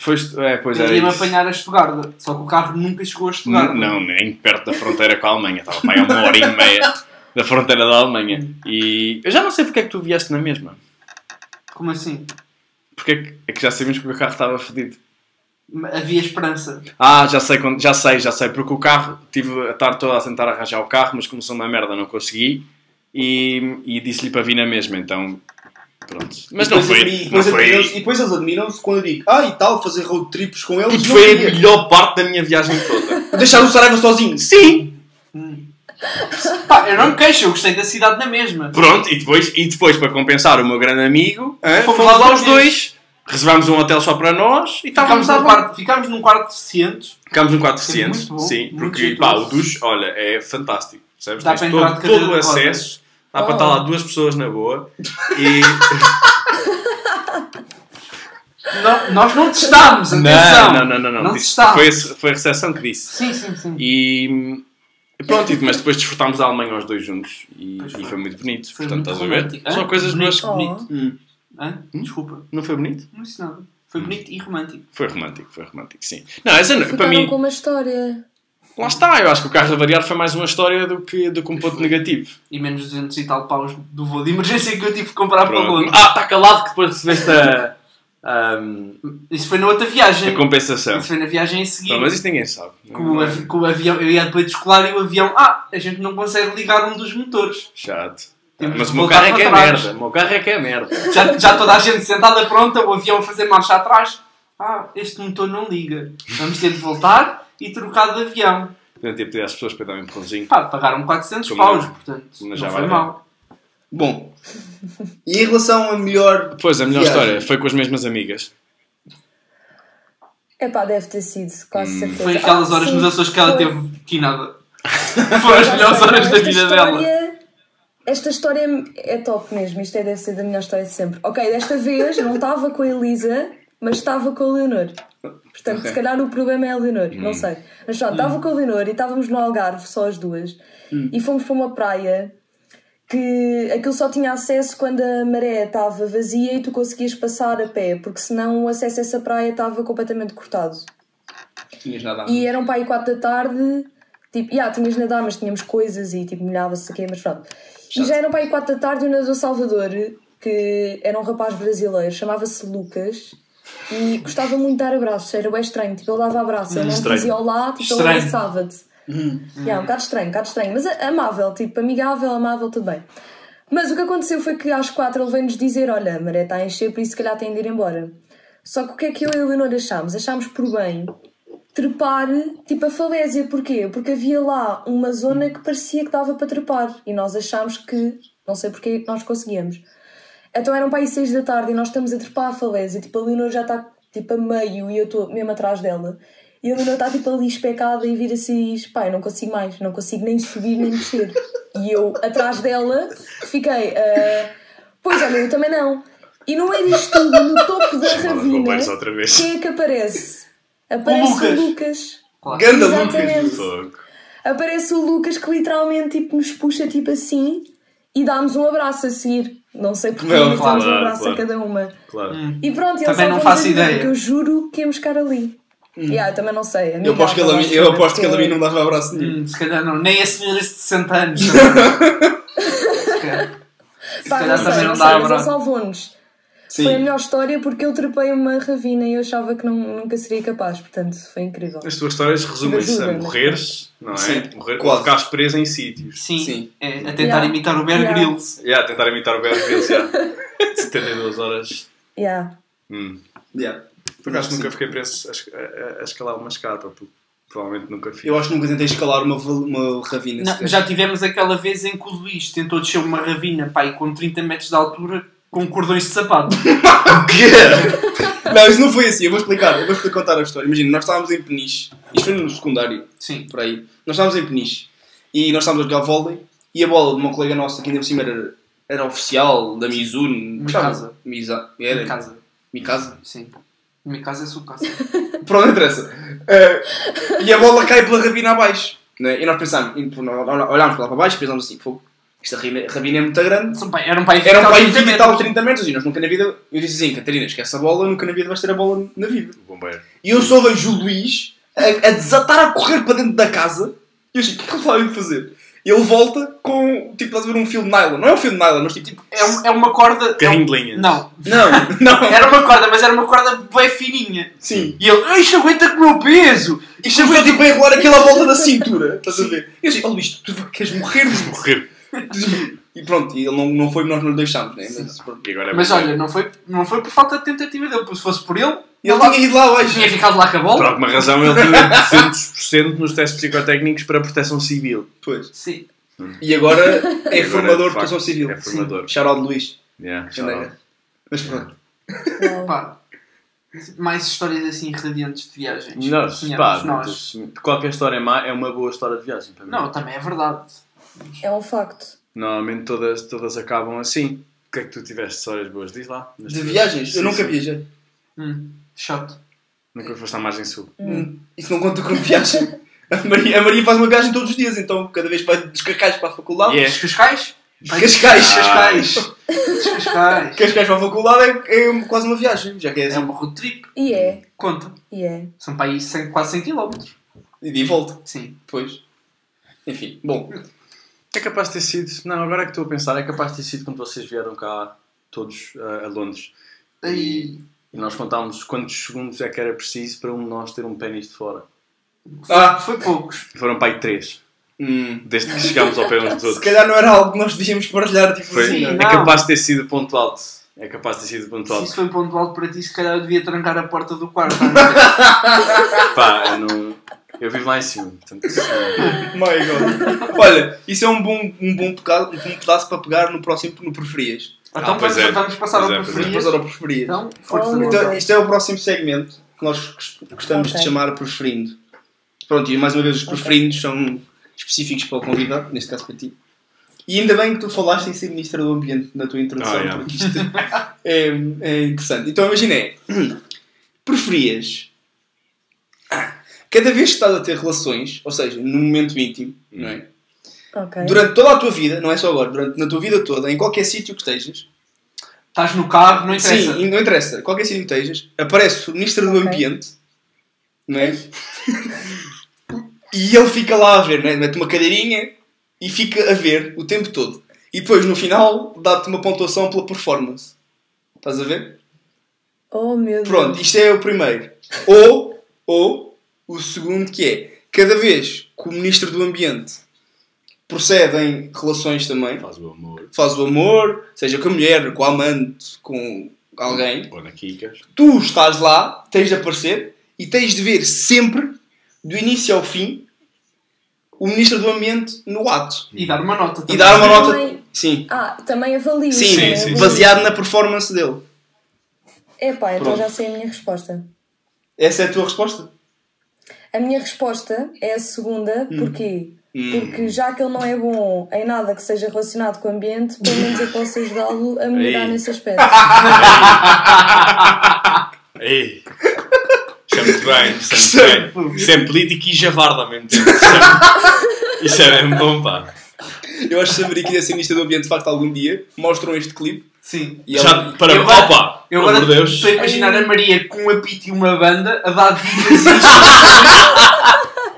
Speaker 4: foi, é, pois era
Speaker 3: ele ia-me
Speaker 4: isso.
Speaker 3: apanhar a Estugarda. Só que o carro nunca chegou a Estugarda.
Speaker 4: Não, não, nem perto da fronteira com a Alemanha. Estava para aí a uma hora e meia da fronteira da Alemanha. E eu já não sei porque é que tu vieste na mesma.
Speaker 3: Como assim?
Speaker 4: Porque é que, é que já sabíamos que o meu carro estava fedido.
Speaker 3: Havia esperança.
Speaker 4: Ah, já sei, quando- já sei, já sei. Porque o carro, tive a tarde toda a tentar arranjar o carro, mas começou uma merda, não consegui. E, e disse-lhe para vir na mesma, então... Pronto. Mas
Speaker 1: E
Speaker 4: não
Speaker 1: depois admi-
Speaker 4: foi...
Speaker 1: e
Speaker 4: Não
Speaker 1: depois admiram-se- E
Speaker 4: foi...
Speaker 1: depois eles admiram-se quando eu digo, ah, e tal, fazer road trips com eles.
Speaker 4: Puto,
Speaker 1: não
Speaker 4: Tipo, foi a
Speaker 1: queria.
Speaker 4: melhor parte da minha viagem toda.
Speaker 1: Deixar o Saraiva sozinho. Sim!
Speaker 3: Pá, eu não me queixo, eu gostei da cidade na mesma.
Speaker 4: Pronto, e depois, e depois para compensar o meu grande amigo, hã,
Speaker 3: Fomos
Speaker 4: fomos,
Speaker 3: lá
Speaker 4: lá
Speaker 3: os
Speaker 4: os dois, reservámos um hotel só para nós e
Speaker 3: Ficámos
Speaker 4: estávamos
Speaker 3: num,
Speaker 4: lá.
Speaker 3: quarto, ficámos num quarto de 600,
Speaker 4: Ficámos um
Speaker 3: Muito
Speaker 4: 400,
Speaker 3: bom,
Speaker 4: sim,
Speaker 3: muito
Speaker 4: porque
Speaker 3: jeitoso.
Speaker 4: pá, o duche, olha, é fantástico, percebes?
Speaker 3: Dá
Speaker 4: Tens
Speaker 3: para entrar
Speaker 4: todo,
Speaker 3: de cadeira
Speaker 4: todo o
Speaker 3: de rodas.
Speaker 4: acesso, dá
Speaker 2: Oh.
Speaker 4: para estar lá duas pessoas na boa e...
Speaker 3: Não, nós não testámos, atenção.
Speaker 4: não, não, não, não, não, disse-
Speaker 3: testámos.
Speaker 4: foi, a- foi a recepção que disse.
Speaker 3: Sim, sim, sim.
Speaker 4: E e pronto, e- mas depois desfrutámos da Alemanha os dois juntos e,
Speaker 3: Pois
Speaker 4: e
Speaker 3: foi.
Speaker 4: foi muito bonito,
Speaker 3: Foi
Speaker 4: portanto
Speaker 3: muito
Speaker 4: estás a ver?
Speaker 3: romântico, hã?
Speaker 4: Só coisas boas.
Speaker 2: Oh.
Speaker 3: Hã? Desculpa,
Speaker 4: Não foi bonito?
Speaker 3: não disse nada. Foi bonito e romântico.
Speaker 4: Foi romântico, foi romântico, sim. Não, essa não- para
Speaker 2: Ficaram
Speaker 3: um
Speaker 4: mim,
Speaker 2: com uma história.
Speaker 4: lá está. Eu acho que o carro avariado foi mais uma história do que, do que um ponto negativo.
Speaker 3: E menos 200 e tal paus do voo de emergência que eu tive que comprar para o
Speaker 4: Pronto.
Speaker 3: Londres.
Speaker 4: Ah, está calado que depois recebeste a, a-
Speaker 3: Isso foi na outra
Speaker 4: a
Speaker 3: viagem.
Speaker 4: compensação.
Speaker 3: Isso foi na viagem a seguir.
Speaker 4: Não, É mas isso ninguém sabe. é
Speaker 3: Com o, avi- com o avião, eu ia depois de escolar e o avião, ah, a gente não consegue ligar um dos motores.
Speaker 4: Chato.
Speaker 3: Temos
Speaker 4: mas
Speaker 3: de
Speaker 4: o meu
Speaker 3: voltar
Speaker 4: carro é que é
Speaker 3: para trás.
Speaker 4: merda. O meu carro é que é merda.
Speaker 3: Já, já toda a gente sentada pronta, o avião a fazer marcha atrás. Ah, este motor não liga. Vamos ter de voltar e trocar de avião.
Speaker 4: Eu tinha pedido às pessoas para dar um empurrãozinho.
Speaker 3: Pá, pagaram 400
Speaker 4: Como
Speaker 3: paus,
Speaker 4: não?
Speaker 3: portanto,
Speaker 4: Mas
Speaker 3: não
Speaker 4: já
Speaker 3: foi
Speaker 4: vale.
Speaker 3: mal.
Speaker 1: Bom, e em relação a melhor.
Speaker 4: Pois, a melhor
Speaker 1: Viagem.
Speaker 4: história foi com as mesmas amigas.
Speaker 2: Epá, deve ter sido, quase
Speaker 4: Hum.
Speaker 2: certeza.
Speaker 3: Foi aquelas
Speaker 2: Ah,
Speaker 3: horas
Speaker 2: sim,
Speaker 3: nos Açores que ela
Speaker 2: foi.
Speaker 3: teve que nada. Foram as
Speaker 2: Já
Speaker 3: melhores
Speaker 2: sei, não,
Speaker 3: horas da
Speaker 2: esta
Speaker 3: vida
Speaker 2: história-
Speaker 3: dela.
Speaker 2: Esta história é é top mesmo. Isto é, deve ser da melhor história de sempre. Ok, desta vez não estava com a Elisa, mas estava com a Leonor. Portanto,
Speaker 1: Ok.
Speaker 2: se calhar o problema é a Leonor, não sei. Mas só, estava com a Leonor e estávamos no Algarve, só as duas. E fomos para uma praia que aquilo só tinha acesso quando a maré estava vazia e tu conseguias passar a pé, porque senão o acesso a essa praia estava completamente cortado.
Speaker 1: Tinhas nada a
Speaker 2: E eram para aí 4 da tarde, tipo, já tínhamos de nadar, mas tínhamos coisas e tipo, molhava-se aqui, mas pronto. E já eram para aí 4 da tarde e o nadador Salvador, que era um rapaz brasileiro, chamava-se Lucas. E gostava muito de dar abraços, era bem estranho. Tipo, ele dava abraço, ele não te
Speaker 4: Estranho.
Speaker 2: dizia olá, tipo, ele
Speaker 3: Estranho.
Speaker 2: abraçava-te. Yeah, um bocado estranho, um bocado estranho, mas a- amável, tipo, amigável, amável, tudo bem. Mas o que aconteceu foi que às quatro ele veio-nos dizer: Olha, a maré está a encher, por isso se calhar tem de ir embora. Só que o que é que eu e a Leonor achámos? Achámos por bem trepar, tipo a falésia. Porquê? Porque havia lá uma
Speaker 4: Hum.
Speaker 2: zona que parecia que dava para trepar e nós achámos que, não sei porquê, nós conseguíamos. Então eram para aí seis da tarde e nós estamos a trepar a falésia. Tipo, a Leonor já está tipo a meio e eu estou mesmo atrás dela. E a Leonor está tipo ali especada e vira-se e diz: Pai, não consigo mais, não consigo nem subir nem mexer. E eu atrás dela fiquei: "Ah, Pois olha, eu também não. E no meio disto tudo, no topo da
Speaker 4: Chamada de
Speaker 2: ravina,
Speaker 4: bombeiros outra vez.
Speaker 2: quem é que aparece? Aparece
Speaker 3: Lucas.
Speaker 2: o Lucas.
Speaker 3: Claro.
Speaker 1: Ganda
Speaker 2: Exatamente.
Speaker 1: Lucas!
Speaker 4: Fogo.
Speaker 2: Aparece o Lucas que literalmente tipo, nos puxa tipo assim e dá-nos um abraço a seguir. Não sei porque
Speaker 4: Não,
Speaker 2: mas dá-nos um
Speaker 4: claro,
Speaker 2: abraço
Speaker 4: claro.
Speaker 2: a cada uma.
Speaker 4: Claro.
Speaker 2: E pronto, ele
Speaker 3: Também
Speaker 2: só
Speaker 3: não
Speaker 2: foi-nos
Speaker 3: faço
Speaker 2: ajudar,
Speaker 3: ideia.
Speaker 2: porque Eu juro que íamos ficar ali. Yeah, eu também não sei.
Speaker 1: Hum. Eu aposto que ele, a mim- eu aposto que ele a mim não dava abraço nenhum.
Speaker 3: Hum, se calhar não, nem a senhora de 60 anos. se calhar, se
Speaker 2: Pá,
Speaker 3: calhar
Speaker 2: não sei, não
Speaker 3: também não dá
Speaker 2: sei, mas ele
Speaker 3: abraço.
Speaker 2: salvou-nos.
Speaker 1: Sim.
Speaker 2: Foi a melhor história porque eu trepei uma ravina e eu achava que não, nunca seria capaz. Portanto, foi incrível.
Speaker 4: As tuas histórias resumem-se a
Speaker 2: Ajuda, né?
Speaker 4: morreres, não é?
Speaker 1: Sim,
Speaker 4: Morrer ou
Speaker 1: quase.
Speaker 4: ficares preso em sítios.
Speaker 3: Sim,
Speaker 1: Sim.
Speaker 3: É, a tentar
Speaker 2: Yeah.
Speaker 3: imitar o Bear
Speaker 2: Yeah.
Speaker 3: Grylls.
Speaker 4: Yeah, tentar imitar o Bear Grylls, yeah. 72 horas.
Speaker 2: Yeah.
Speaker 4: Hum.
Speaker 1: Yeah.
Speaker 4: Por acaso
Speaker 1: Sim.
Speaker 4: nunca fiquei preso a, es- a- a escalar uma escada, porque provavelmente nunca fiz.
Speaker 1: Eu acho que nunca tentei escalar uma, val- uma ravina.
Speaker 3: Não,
Speaker 1: sequer.
Speaker 3: já tivemos aquela vez em que o Luís tentou descer uma ravina pá, e com 30 metros de altura com cordões de sapato.
Speaker 1: O quê? Não, isso não foi assim. Eu vou explicar. Eu vou explicar contar a história. Imagina, nós estávamos em Peniche. Isto foi no secundário,
Speaker 3: Sim.
Speaker 1: por aí. Nós estávamos em Peniche. E nós estávamos a jogar vôlei. E a bola de uma colega nossa, que ainda por cima era, era oficial da Mizuno.
Speaker 3: Mikasa.
Speaker 1: Misa,
Speaker 3: Em
Speaker 1: era?
Speaker 3: casa.
Speaker 1: Mikasa?
Speaker 3: Sim. Minha casa é a sua casa.
Speaker 1: Pronto, não interessa. Eh, e a bola cai pela ravina abaixo. Né? E nós pensámos, e, pô, nós olhámos para lá para baixo e pensámos assim, fogo, esta ravina ravina é muito grande.
Speaker 3: São pai- Era um pai
Speaker 1: Era um pai de
Speaker 3: 30
Speaker 1: 20 e
Speaker 3: metros.
Speaker 1: tal, 30 metros, e nós nunca na vida. Eu disse assim, Catarina, esquece a bola, nunca na vida vais ter a bola na vida.
Speaker 4: O bombeiro.
Speaker 1: E eu só vejo o Luís a, a desatar a correr para dentro da casa. E eu digo, o que é que ele vai a fazer? E ele volta com, tipo, estás a ver um filme de nylon. Não é um filme de nylon, mas tipo...
Speaker 3: É, um- é uma corda. é um-
Speaker 4: Carrinho de linhas.
Speaker 3: Não.
Speaker 1: Não, não.
Speaker 3: Era uma corda, mas era uma corda bem fininha.
Speaker 1: Sim.
Speaker 3: E ele, "Ah, isto aguenta com o meu peso!
Speaker 1: E começou tipo a enrolar aquilo à volta da cintura. Estás a ver? E eu disse, oh Luís, tu queres morrer?
Speaker 4: Morrer.
Speaker 1: E pronto, e ele não, não foi, nós não lhe deixámos, né? Mas, pronto.
Speaker 4: E agora é
Speaker 3: Mas
Speaker 4: bombeiro.
Speaker 3: olha, não foi, não foi por falta de tentativa dele, porque se fosse por ele,
Speaker 1: E ele tinha ido lá abaixo.
Speaker 3: tinha ficado lá com a
Speaker 4: Por
Speaker 3: bola.
Speaker 4: alguma razão ele tinha 200% nos testes psicotécnicos para proteção civil.
Speaker 1: Pois.
Speaker 3: Sim.
Speaker 1: E agora é
Speaker 4: E agora,
Speaker 1: formador de
Speaker 4: facto,
Speaker 1: proteção civil.
Speaker 4: é formador.
Speaker 1: Sim. Shout out Luís.
Speaker 4: Yeah,
Speaker 1: Shout out. Mas pronto.
Speaker 2: Uau.
Speaker 3: Pá. Mais histórias assim radiantes de viagens.
Speaker 4: Nós,
Speaker 3: Sonhamos,
Speaker 4: pá,
Speaker 3: nós.
Speaker 4: mas qualquer história má é uma boa história de viagem para mim.
Speaker 3: Não, também é verdade.
Speaker 2: É um facto.
Speaker 4: Normalmente todas, todas acabam assim. O que é que tu tiveste histórias boas? Diz lá. Nas
Speaker 1: De
Speaker 4: tuas-
Speaker 1: viagens?
Speaker 4: Sim,
Speaker 1: Eu nunca
Speaker 4: sim.
Speaker 1: viajei.
Speaker 3: Hum, chato.
Speaker 4: Nunca foste à margem sul.
Speaker 1: Hum, Isso não conta como viagem. A Maria, a Maria faz uma viagem todos os dias, então cada vez vai dos Cascais para a faculdade.
Speaker 4: Yeah. É.
Speaker 3: Os Cascais?
Speaker 1: Cascais, Cascais.
Speaker 3: Cascais.
Speaker 1: Cascais para a faculdade é, é quase uma viagem, já que é
Speaker 3: É
Speaker 1: assim.
Speaker 3: uma road trip.
Speaker 2: E é,
Speaker 3: Conta.
Speaker 2: e é.
Speaker 3: São para aí 100, quase 100 km.
Speaker 1: E de volta,
Speaker 3: Sim.
Speaker 1: depois. Enfim, bom.
Speaker 4: É capaz de ter sido. Não, agora é que estou a pensar, é capaz de ter sido quando vocês vieram cá todos ah, a Londres.
Speaker 3: Aí.
Speaker 4: E nós contámos quantos segundos é que era preciso para um de nós ter um pênis de fora.
Speaker 1: Ah,
Speaker 3: Foi poucos.
Speaker 4: Foram para aí três,
Speaker 1: hum,
Speaker 4: desde que chegámos ao pé uns dos
Speaker 1: se
Speaker 4: outros.
Speaker 1: calhar não era algo que nós devíamos partilhar, tipo
Speaker 4: Foi-
Speaker 1: assim.
Speaker 3: Sim,
Speaker 1: não é?
Speaker 4: é capaz de ter sido ponto alto. É capaz de ter sido ponto
Speaker 3: Se
Speaker 4: alto.
Speaker 3: isso foi um ponto alto para ti, se calhar eu devia trancar a porta do quarto. tá? Não,
Speaker 4: Pá, eu não. Eu vivo lá em cima, portanto. eh,
Speaker 1: oh My God. Olha, isso é um bom, um bom, pecado, um bom pedaço para pegar no próximo no preferias.
Speaker 3: então
Speaker 4: pois
Speaker 3: vamos,
Speaker 4: é.
Speaker 3: vamos passar
Speaker 4: Pois
Speaker 3: ao
Speaker 4: é, pois
Speaker 1: Vamos
Speaker 4: é.
Speaker 3: preferias.
Speaker 1: passar ao preferias.
Speaker 3: Então, força.
Speaker 2: Oh, meu
Speaker 3: Então,
Speaker 1: Então, isto é o próximo segmento que nós gos- gostamos de
Speaker 2: Ok.
Speaker 1: chamar preferindo. Pronto, e mais uma vez, os preferindos são específicos para o convidado, neste caso para ti. E ainda bem que tu falaste em ser Ministro do Ambiente na tua introdução,
Speaker 4: Ah, yeah.
Speaker 1: porque isto é, é interessante. Então, imaginei, preferias cada vez que estás a ter relações, ou seja, num momento íntimo, não é?
Speaker 2: Ok.
Speaker 1: Durante toda a tua vida, não é só agora, durante na tua vida toda, em qualquer sítio que estejas,
Speaker 3: Estás no carro, não interessa.
Speaker 1: Sim, não interessa. Qualquer sítio que estejas, aparece o Ministro do
Speaker 2: Ok.
Speaker 1: Ambiente, não é? e ele fica lá a ver, não é? Mete uma cadeirinha e fica a ver o tempo todo. E depois, no final, dá-te uma pontuação pela performance. Estás a ver?
Speaker 2: Oh meu Deus.
Speaker 1: Pronto, isto é o primeiro. Ou, ou, o segundo que é, cada vez que o Ministro do Ambiente procede em relações também,
Speaker 4: Faz o amor.
Speaker 1: faz o amor, seja com a mulher, com a amante, com alguém,
Speaker 4: Ou na Kikas.
Speaker 1: tu estás lá, tens de aparecer e tens de ver sempre, do início ao fim, o Ministro do Ambiente no ato.
Speaker 3: E dar uma nota
Speaker 1: E
Speaker 3: também.
Speaker 1: dar um- uma nota.
Speaker 2: Também-
Speaker 1: Sim.
Speaker 2: Ah, também é? avalio.
Speaker 1: Sim,
Speaker 4: Sim, sim, sim.
Speaker 1: baseado na performance dele.
Speaker 2: Epá, então
Speaker 1: Pronto.
Speaker 2: já sei a minha resposta.
Speaker 1: Essa é a tua resposta?
Speaker 2: A minha resposta é a segunda,
Speaker 1: Hum.
Speaker 2: porquê? Porque já que ele não é bom em nada que seja relacionado com o ambiente, pelo menos eu posso ajudá-lo a melhorar
Speaker 4: Ei.
Speaker 2: nesse aspecto.
Speaker 4: Ei! Isso é muito bem, isso é muito bem. Isso é político e javarda ao mesmo tempo. Isso é- Isso é mesmo bom, pá.
Speaker 1: Eu acho que saberia que ia ser Ministro do Ambiente de facto algum dia. Mostram este clipe.
Speaker 3: Sim.
Speaker 1: E
Speaker 4: Já,
Speaker 1: ele-
Speaker 4: para,
Speaker 3: Eu agora-
Speaker 4: opa!
Speaker 3: Eu
Speaker 4: pelo
Speaker 3: agora
Speaker 4: amor de Deus.
Speaker 3: estou a imaginar a Maria com um apito e uma banda a dar dicas e isto.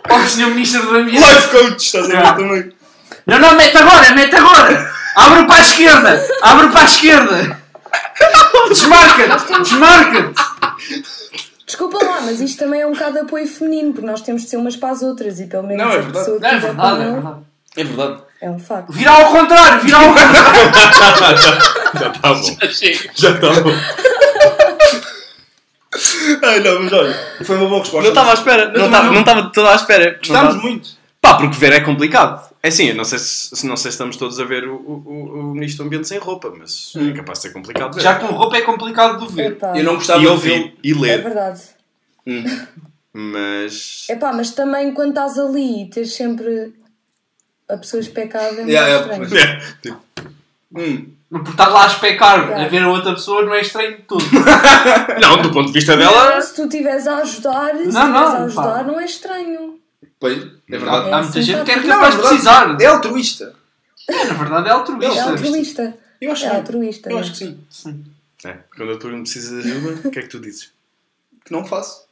Speaker 3: Ao senhor Ministro do Ambiente.
Speaker 1: Life Coach, estás a ver
Speaker 3: Já.
Speaker 1: também.
Speaker 3: Não, não, mete agora, mete agora! Abre para a esquerda! Abre para a esquerda! Desmarca-te! Desmarca-te!
Speaker 2: Desculpa lá, mas isto também é um bocado de apoio feminino, porque nós temos de ser umas para as outras e pelo menos
Speaker 1: Não, é
Speaker 2: a pessoa que
Speaker 3: Não, é
Speaker 2: estiver com
Speaker 3: verdade, é
Speaker 2: ele
Speaker 3: verdade.
Speaker 1: É verdade.
Speaker 2: é um facto.
Speaker 3: Vira ao contrário, vira ao contrário!
Speaker 4: Já está bom. Já está bom.
Speaker 1: Ai não, mas olha, foi uma boa resposta.
Speaker 4: Não estava à espera. Não
Speaker 1: Não
Speaker 4: estava
Speaker 1: tava-
Speaker 4: não tava de toda à espera.
Speaker 1: Gostámos muito.
Speaker 4: Pá, porque ver é complicado. É assim, eu não sei se, se- não sei se estamos todos a ver o, o, o- o ministro do ambiente sem roupa, mas é capaz de ser complicado ver.
Speaker 3: Já com roupa é complicado de ver.
Speaker 2: Epá,
Speaker 1: Eu não gostava
Speaker 4: e
Speaker 1: de ouvi-lo.
Speaker 4: ouvir e
Speaker 2: é
Speaker 4: ler.
Speaker 2: verdade.
Speaker 4: mas.
Speaker 2: Epá, mas também quando estás ali e tens sempre a pessoa especada é muito
Speaker 1: Yeah, yeah,
Speaker 2: estranho.
Speaker 4: É, tipo,
Speaker 1: Hum.
Speaker 3: Porque estar lá a especar, a
Speaker 2: Yeah.
Speaker 3: ver a outra pessoa, não é estranho de tudo.
Speaker 4: não, do ponto de vista dela.
Speaker 2: Não, se tu estiveres a ajudar, se
Speaker 3: Não,
Speaker 2: estiveres a
Speaker 3: não,
Speaker 2: ajudar,
Speaker 3: pá.
Speaker 2: não é estranho.
Speaker 1: Pois, é verdade.
Speaker 3: Há muita
Speaker 2: sim,
Speaker 3: gente
Speaker 2: tá.
Speaker 3: que é
Speaker 1: Não,
Speaker 3: capaz de precisar.
Speaker 1: É altruísta.
Speaker 3: Na verdade é
Speaker 2: É
Speaker 3: altruísta.
Speaker 2: altruísta.
Speaker 1: Eu acho
Speaker 2: É
Speaker 1: que-
Speaker 2: altruísta.
Speaker 1: Eu
Speaker 2: não é?
Speaker 1: acho que sim.
Speaker 4: É, quando a tua não precisa de ajuda, o que é que tu dizes?
Speaker 1: Que não faço.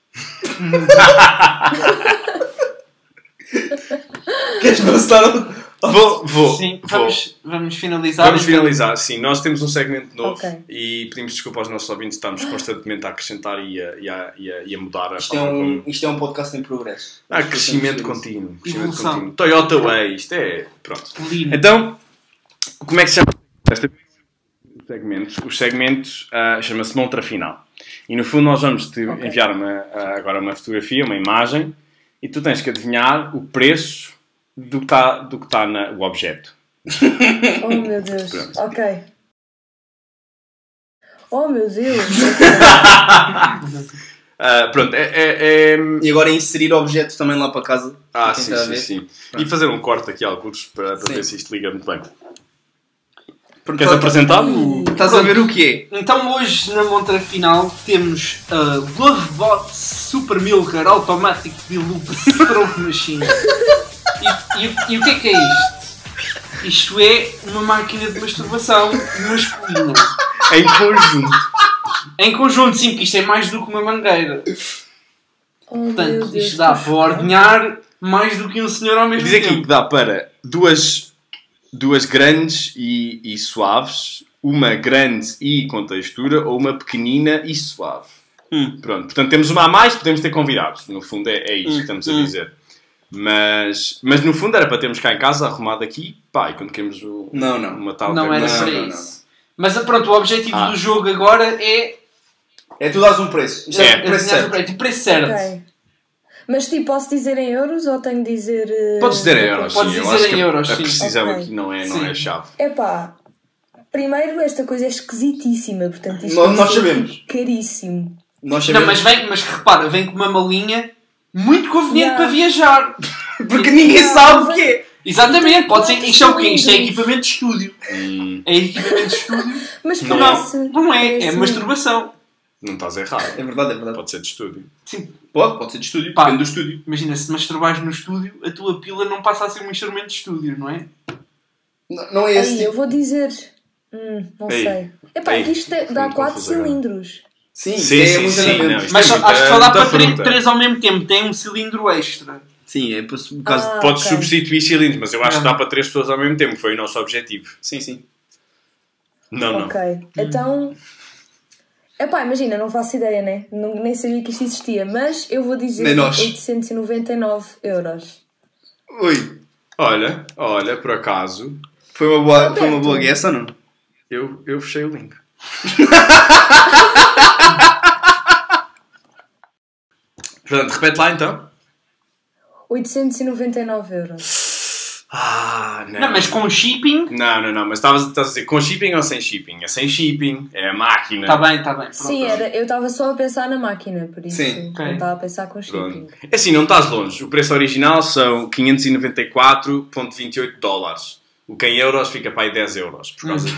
Speaker 1: Queres passar ao...
Speaker 4: Vou, vou.
Speaker 3: Sim,
Speaker 4: vou.
Speaker 3: vamos, vamos finalizar.
Speaker 4: Vamos
Speaker 3: Então,
Speaker 4: finalizar, sim. Nós temos um segmento novo
Speaker 2: Ok.
Speaker 4: e pedimos desculpa aos nossos ouvintes, estamos constantemente a acrescentar e a, e a, e a, e a mudar a
Speaker 1: Isto é,
Speaker 4: forma
Speaker 1: um,
Speaker 4: como-
Speaker 1: isto é um podcast em progresso. é um
Speaker 4: Ah, crescimento contínuo. Crescimento
Speaker 3: Evolução.
Speaker 4: contínuo. Toyota Way, isto é. Pronto.
Speaker 3: Lino.
Speaker 4: Então, como é que se chama esta os segmentos? Os segmentos ah, chama-se Montra Final. E no fundo nós vamos te
Speaker 2: Ok.
Speaker 4: enviar uma, ah, agora uma fotografia, uma imagem, e tu tens que adivinhar o preço do que está do que tá na- o objeto.
Speaker 2: Oh meu Deus.
Speaker 4: Pronto.
Speaker 2: Ok. Oh meu Deus.
Speaker 4: Ah, pronto, é- é- é,
Speaker 1: E agora inserir objeto também lá para casa.
Speaker 4: Ah,
Speaker 1: para
Speaker 4: sim,
Speaker 1: tentar
Speaker 4: sim,
Speaker 1: ver.
Speaker 4: sim. E
Speaker 1: Pronto.
Speaker 4: fazer um corte aqui, alguns, para, para
Speaker 1: Sim.
Speaker 4: ver se isto liga muito bem.
Speaker 1: Porque
Speaker 4: Queres apresentar?
Speaker 2: Hum.
Speaker 1: tá- Estás a ver o que
Speaker 3: Então hoje na montra final temos a Lovebot Super Milker Automatic Deluxe Stroke Machine. E, e- e o que é que é isto? Isto é uma máquina de masturbação masculina.
Speaker 4: Em conjunto.
Speaker 3: Em conjunto, sim, porque isto é mais do que uma mangueira.
Speaker 2: Oh, meu
Speaker 3: Portanto,
Speaker 2: Deus,
Speaker 3: isto dá
Speaker 2: que
Speaker 3: para ordenhar mais do que um senhor ao mesmo
Speaker 4: Diz aqui
Speaker 3: tempo.
Speaker 4: que dá para duas, duas grandes e, e suaves, uma grande e com textura, ou uma pequenina e suave.
Speaker 1: Hum.
Speaker 4: Pronto, portanto temos uma a mais, podemos ter convidados. No fundo é, é isto que estamos a
Speaker 1: Hum.
Speaker 4: dizer. Mas, mas no fundo era para termos cá em casa, arrumado aqui, pá, e quando queremos o-
Speaker 1: Não, não.
Speaker 4: uma tal é
Speaker 3: Não é era
Speaker 1: Não,
Speaker 3: para
Speaker 1: não, não.
Speaker 3: isso. Mas pronto, o objetivo
Speaker 4: Ah.
Speaker 3: do jogo agora é
Speaker 1: É tu dás um preço. Isto é,
Speaker 4: É.
Speaker 1: um preço
Speaker 3: adivinhar o
Speaker 1: certo.
Speaker 3: preço, o preço certo.
Speaker 2: Ok. Mas tipo, posso dizer em euros ou tenho de dizer. eh,
Speaker 4: Podes dizer em euros,
Speaker 3: Podes
Speaker 4: sim.
Speaker 3: dizer
Speaker 4: eu acho
Speaker 3: em
Speaker 4: que a-
Speaker 3: euros,
Speaker 4: a,
Speaker 3: sim.
Speaker 4: precisão
Speaker 2: Ok.
Speaker 4: aqui não é, não
Speaker 3: Sim.
Speaker 4: é a chave.
Speaker 2: Epá, primeiro esta coisa é esquisitíssima, portanto isto
Speaker 1: Nós-
Speaker 2: deve
Speaker 1: nós
Speaker 2: ser tipo
Speaker 1: sabemos.
Speaker 2: caríssimo.
Speaker 1: Nós
Speaker 3: Não,
Speaker 1: sabemos.
Speaker 3: mas, vem, mas que repara, vem com uma malinha muito conveniente
Speaker 2: Yeah.
Speaker 3: para viajar.
Speaker 1: Porque ninguém
Speaker 2: Não,
Speaker 1: sabe o
Speaker 2: mas-
Speaker 1: que é.
Speaker 3: Exatamente, pode ser.
Speaker 2: Quantos
Speaker 3: Isto é o quê? Isto é
Speaker 2: segundos?
Speaker 3: equipamento de estúdio.
Speaker 4: Hum,
Speaker 3: É equipamento de estúdio.
Speaker 2: Mas
Speaker 4: Não.
Speaker 2: parece.
Speaker 3: Não é, é
Speaker 2: parece-
Speaker 3: masturbação.
Speaker 4: não estás errado.
Speaker 1: É verdade, é verdade.
Speaker 4: Pode ser de estúdio.
Speaker 3: Sim.
Speaker 1: Pode, pode ser de estúdio,
Speaker 3: Pá.
Speaker 1: depende do estúdio.
Speaker 3: Imagina, se masturbares no estúdio, a tua pila não passa a ser um instrumento de estúdio, não é?
Speaker 1: Não, não é esse
Speaker 2: Aí,
Speaker 1: tipo.
Speaker 2: eu vou dizer. Hum, não
Speaker 4: Ei.
Speaker 2: sei. Epá,
Speaker 4: Ei,
Speaker 2: é que isto
Speaker 4: fui
Speaker 2: dá
Speaker 4: muito
Speaker 2: 4
Speaker 4: confuso agora.
Speaker 2: cilindros.
Speaker 1: Sim,
Speaker 4: Sim,
Speaker 1: sim, é
Speaker 4: sim,
Speaker 1: muito
Speaker 4: sim,
Speaker 1: sim,
Speaker 4: não, isto
Speaker 3: Mas
Speaker 4: é
Speaker 3: só-
Speaker 4: muita-
Speaker 3: acho que só dá
Speaker 4: muita
Speaker 3: para três,
Speaker 4: fruta.
Speaker 3: três ao mesmo tempo, tem um cilindro extra.
Speaker 1: sim, é por causa.
Speaker 2: Ah,
Speaker 4: Podes
Speaker 2: ok.
Speaker 4: substituir cilindros, mas eu acho que
Speaker 3: Não.
Speaker 4: dá para três pessoas ao mesmo tempo. Foi o nosso objetivo.
Speaker 1: Sim, sim.
Speaker 4: Não, não.
Speaker 2: Ok, então. Epá, imagina, não faço ideia, né? Não, nem sabia que isto existia, mas eu vou dizer
Speaker 1: Nem nós.
Speaker 2: 899 euros.
Speaker 1: Oi,
Speaker 4: Olha, olha, por acaso,
Speaker 1: foi uma boa, foi uma
Speaker 2: Roberto.
Speaker 1: boa guess ou não?
Speaker 4: eu, eu fechei o link. Portanto, repete lá então.
Speaker 2: 899 euros.
Speaker 4: Ah, não.
Speaker 3: Não, mas com shipping.
Speaker 4: Não, não, não, mas estavas estavas a dizer com shipping ou sem shipping? É sem shipping, é a máquina.
Speaker 3: Está tá bem, está bem. Pronto.
Speaker 2: Sim, é. era, eu estava só a pensar na máquina, por isso
Speaker 1: Sim,
Speaker 3: ok.
Speaker 2: não estava a pensar com shipping.
Speaker 4: Pronto. É assim, não estás longe. O preço original são 594,28 dólares. O que em euros fica para aí 10 euros. Por causa do,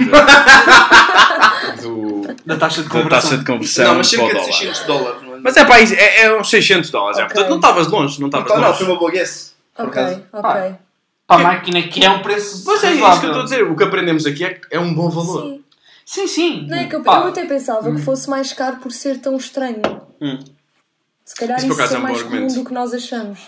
Speaker 4: do-
Speaker 3: Da taxa de
Speaker 4: da
Speaker 3: conversão.
Speaker 4: taxa de conversão
Speaker 1: não, mas
Speaker 4: para o
Speaker 1: cerca de
Speaker 4: dólar.
Speaker 1: 600 dólares, não é?
Speaker 4: Mas é para aí, é, é uns 600 dólares. é.
Speaker 2: Ok.
Speaker 4: Portanto, não estavas longe, não
Speaker 1: Então,
Speaker 4: estavas
Speaker 1: não,
Speaker 4: longe.
Speaker 1: foi uma boa guess. Por
Speaker 2: Ok,
Speaker 1: acaso.
Speaker 2: ok.
Speaker 3: Para a máquina que é um preço.
Speaker 4: Mas é isso que eu
Speaker 3: razoável.
Speaker 4: estou a dizer. O que aprendemos aqui é que é um bom valor.
Speaker 2: Sim.
Speaker 3: Sim, sim.
Speaker 2: Não é que eu,
Speaker 3: Pá,
Speaker 2: eu até pensava
Speaker 4: Hum.
Speaker 2: que fosse mais caro por ser tão estranho.
Speaker 1: Hum.
Speaker 2: Se calhar
Speaker 4: Isso,
Speaker 2: isso,
Speaker 4: por acaso,
Speaker 2: é
Speaker 4: é um bom
Speaker 2: mais comum
Speaker 4: argumento.
Speaker 2: do que nós achamos.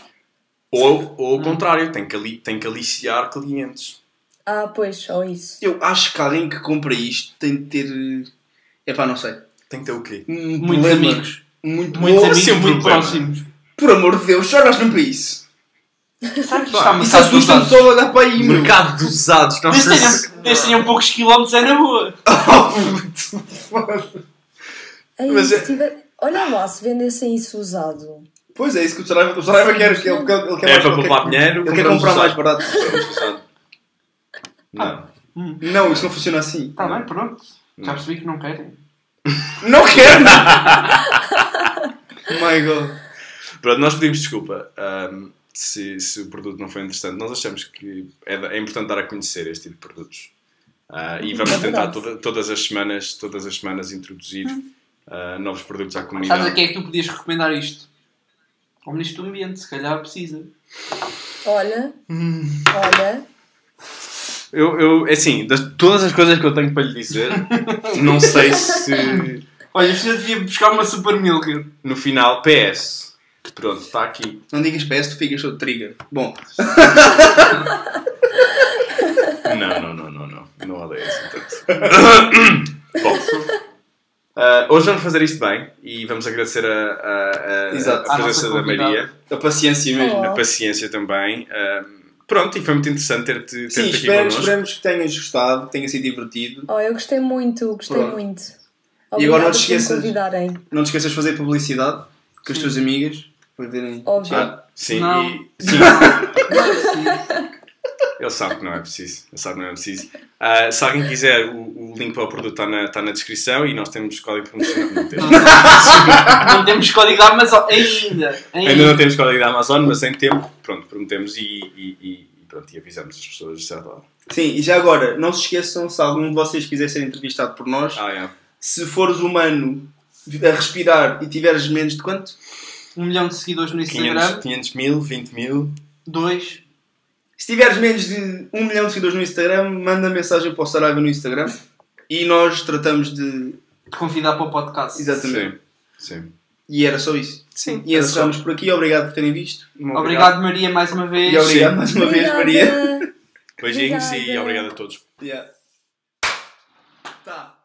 Speaker 4: Ou, ou ao contrário, tem que, ali, tem que aliciar clientes.
Speaker 2: Ah, pois, ou isso.
Speaker 1: Eu acho que alguém que compra isto tem de ter. Epá, não sei.
Speaker 4: Tem que ter o quê?
Speaker 1: Um
Speaker 3: Muitos
Speaker 1: problema.
Speaker 3: amigos.
Speaker 1: Muito
Speaker 3: Muitos
Speaker 1: bom.
Speaker 3: amigos
Speaker 4: é um
Speaker 3: muito
Speaker 4: problema.
Speaker 3: próximos.
Speaker 1: Por amor de Deus, só nós não é para isso.
Speaker 3: Será Ah, que isto
Speaker 4: Pá,
Speaker 3: está a
Speaker 1: Isso
Speaker 3: mercado dos
Speaker 1: assusta-me
Speaker 3: dados?
Speaker 1: só olhar para aí, meu. é
Speaker 4: Mercado dos usados.
Speaker 3: Desde
Speaker 4: Nossa,
Speaker 3: que tenham- Desde que tenham poucos quilómetros é na boa.
Speaker 2: Ei,
Speaker 4: Mas
Speaker 2: se
Speaker 4: é-
Speaker 2: tiver- Olha lá, se vendessem isso usado.
Speaker 1: Pois é, isso que o Saraiva, o Saraiva quer. que Ele, ele quer
Speaker 4: é
Speaker 1: mais-
Speaker 4: para
Speaker 1: ele quer-
Speaker 4: poupar dinheiro.
Speaker 1: Ele quer
Speaker 4: compramos
Speaker 1: comprar mais
Speaker 4: usado.
Speaker 1: barato.
Speaker 4: Não.
Speaker 1: Não, isso não funciona assim.
Speaker 3: Está Tá bem, pronto. Já percebi que não querem.
Speaker 1: Não quero! oh my god.
Speaker 4: Pronto, nós pedimos desculpa ahm, se, se o produto não foi interessante. Nós achamos que é, é importante dar a conhecer este tipo de produtos. Ah, e vamos
Speaker 2: É
Speaker 4: tentar
Speaker 2: verdade. Hum.
Speaker 4: toda- todas as semanas, todas as semanas introduzir ah, novos produtos à
Speaker 3: Sabes a
Speaker 4: comunidade.
Speaker 3: quem é que tu podias recomendar isto? Ao ministro do ambiente, se calhar precisa.
Speaker 2: Olha, olha.
Speaker 4: Eu, eu, é assim, das, todas as coisas que eu tenho para lhe dizer, não sei se
Speaker 3: Olha, se eu devia buscar uma super milker.
Speaker 4: no final, PS. Pronto, está aqui.
Speaker 1: Não digas PS, tu ficas todo trigger. Bom,
Speaker 4: Não, não, não, não, não. Não odeio assim tanto. Bom, ah, hoje vamos fazer isto bem e vamos agradecer a, a- a-
Speaker 1: Exato.
Speaker 4: a
Speaker 3: À
Speaker 4: presença
Speaker 3: nossa
Speaker 4: da Maria,
Speaker 1: a paciência mesmo.
Speaker 2: Oh.
Speaker 4: a paciência também. Ah, pronto, e foi muito interessante ter-te ter
Speaker 1: Sim,
Speaker 4: aqui
Speaker 1: espero-
Speaker 4: connosco.
Speaker 1: esperamos que tenhas gostado, que tenha sido divertido.
Speaker 2: Oh, eu gostei muito, gostei
Speaker 1: Pronto.
Speaker 2: muito.
Speaker 1: E agora não
Speaker 2: Obrigada
Speaker 1: te
Speaker 2: por me
Speaker 1: esqueças.
Speaker 2: convidarem.
Speaker 1: Não te esqueças de fazer publicidade com as tuas amigas. Para terem...
Speaker 2: Óbvio.
Speaker 1: Ah,
Speaker 4: Sim,
Speaker 3: Não.
Speaker 4: e- sim, ele sabe que não é preciso. Ele sabe que não é preciso. Ah, se alguém quiser, o, o link para o produto está na, está na descrição e nós temos código promocional. Não temos.
Speaker 3: Não temos código da Amazon ainda.
Speaker 4: Ainda não
Speaker 3: Ainda.
Speaker 4: temos código da Amazon, mas em tempo, pronto, prometemos e, e- e- e pronto, e avisamos as pessoas de certa hora.
Speaker 1: Sim, e já agora, não se esqueçam, se algum de vocês quiser ser entrevistado por nós,
Speaker 4: Ah, é.
Speaker 1: se fores humano a respirar e tiveres menos de quanto?
Speaker 3: Um milhão de seguidores no Instagram.
Speaker 4: 500, 500 mil, 20 mil,
Speaker 3: Dois.
Speaker 1: Se tiveres menos de um milhão de seguidores no Instagram, manda mensagem para o Saraiva no Instagram e nós tratamos de.
Speaker 3: Te convidar para o podcast.
Speaker 1: Exatamente.
Speaker 4: Sim. Sim.
Speaker 1: E era só isso.
Speaker 3: Sim.
Speaker 1: E encerramos por aqui. Obrigado por terem visto.
Speaker 3: Obrigado, Maria, mais uma vez.
Speaker 1: E obrigado mais uma vez, Maria.
Speaker 4: Beijinhos e
Speaker 2: Obrigada.
Speaker 4: obrigado a todos.
Speaker 1: Yeah. Tá.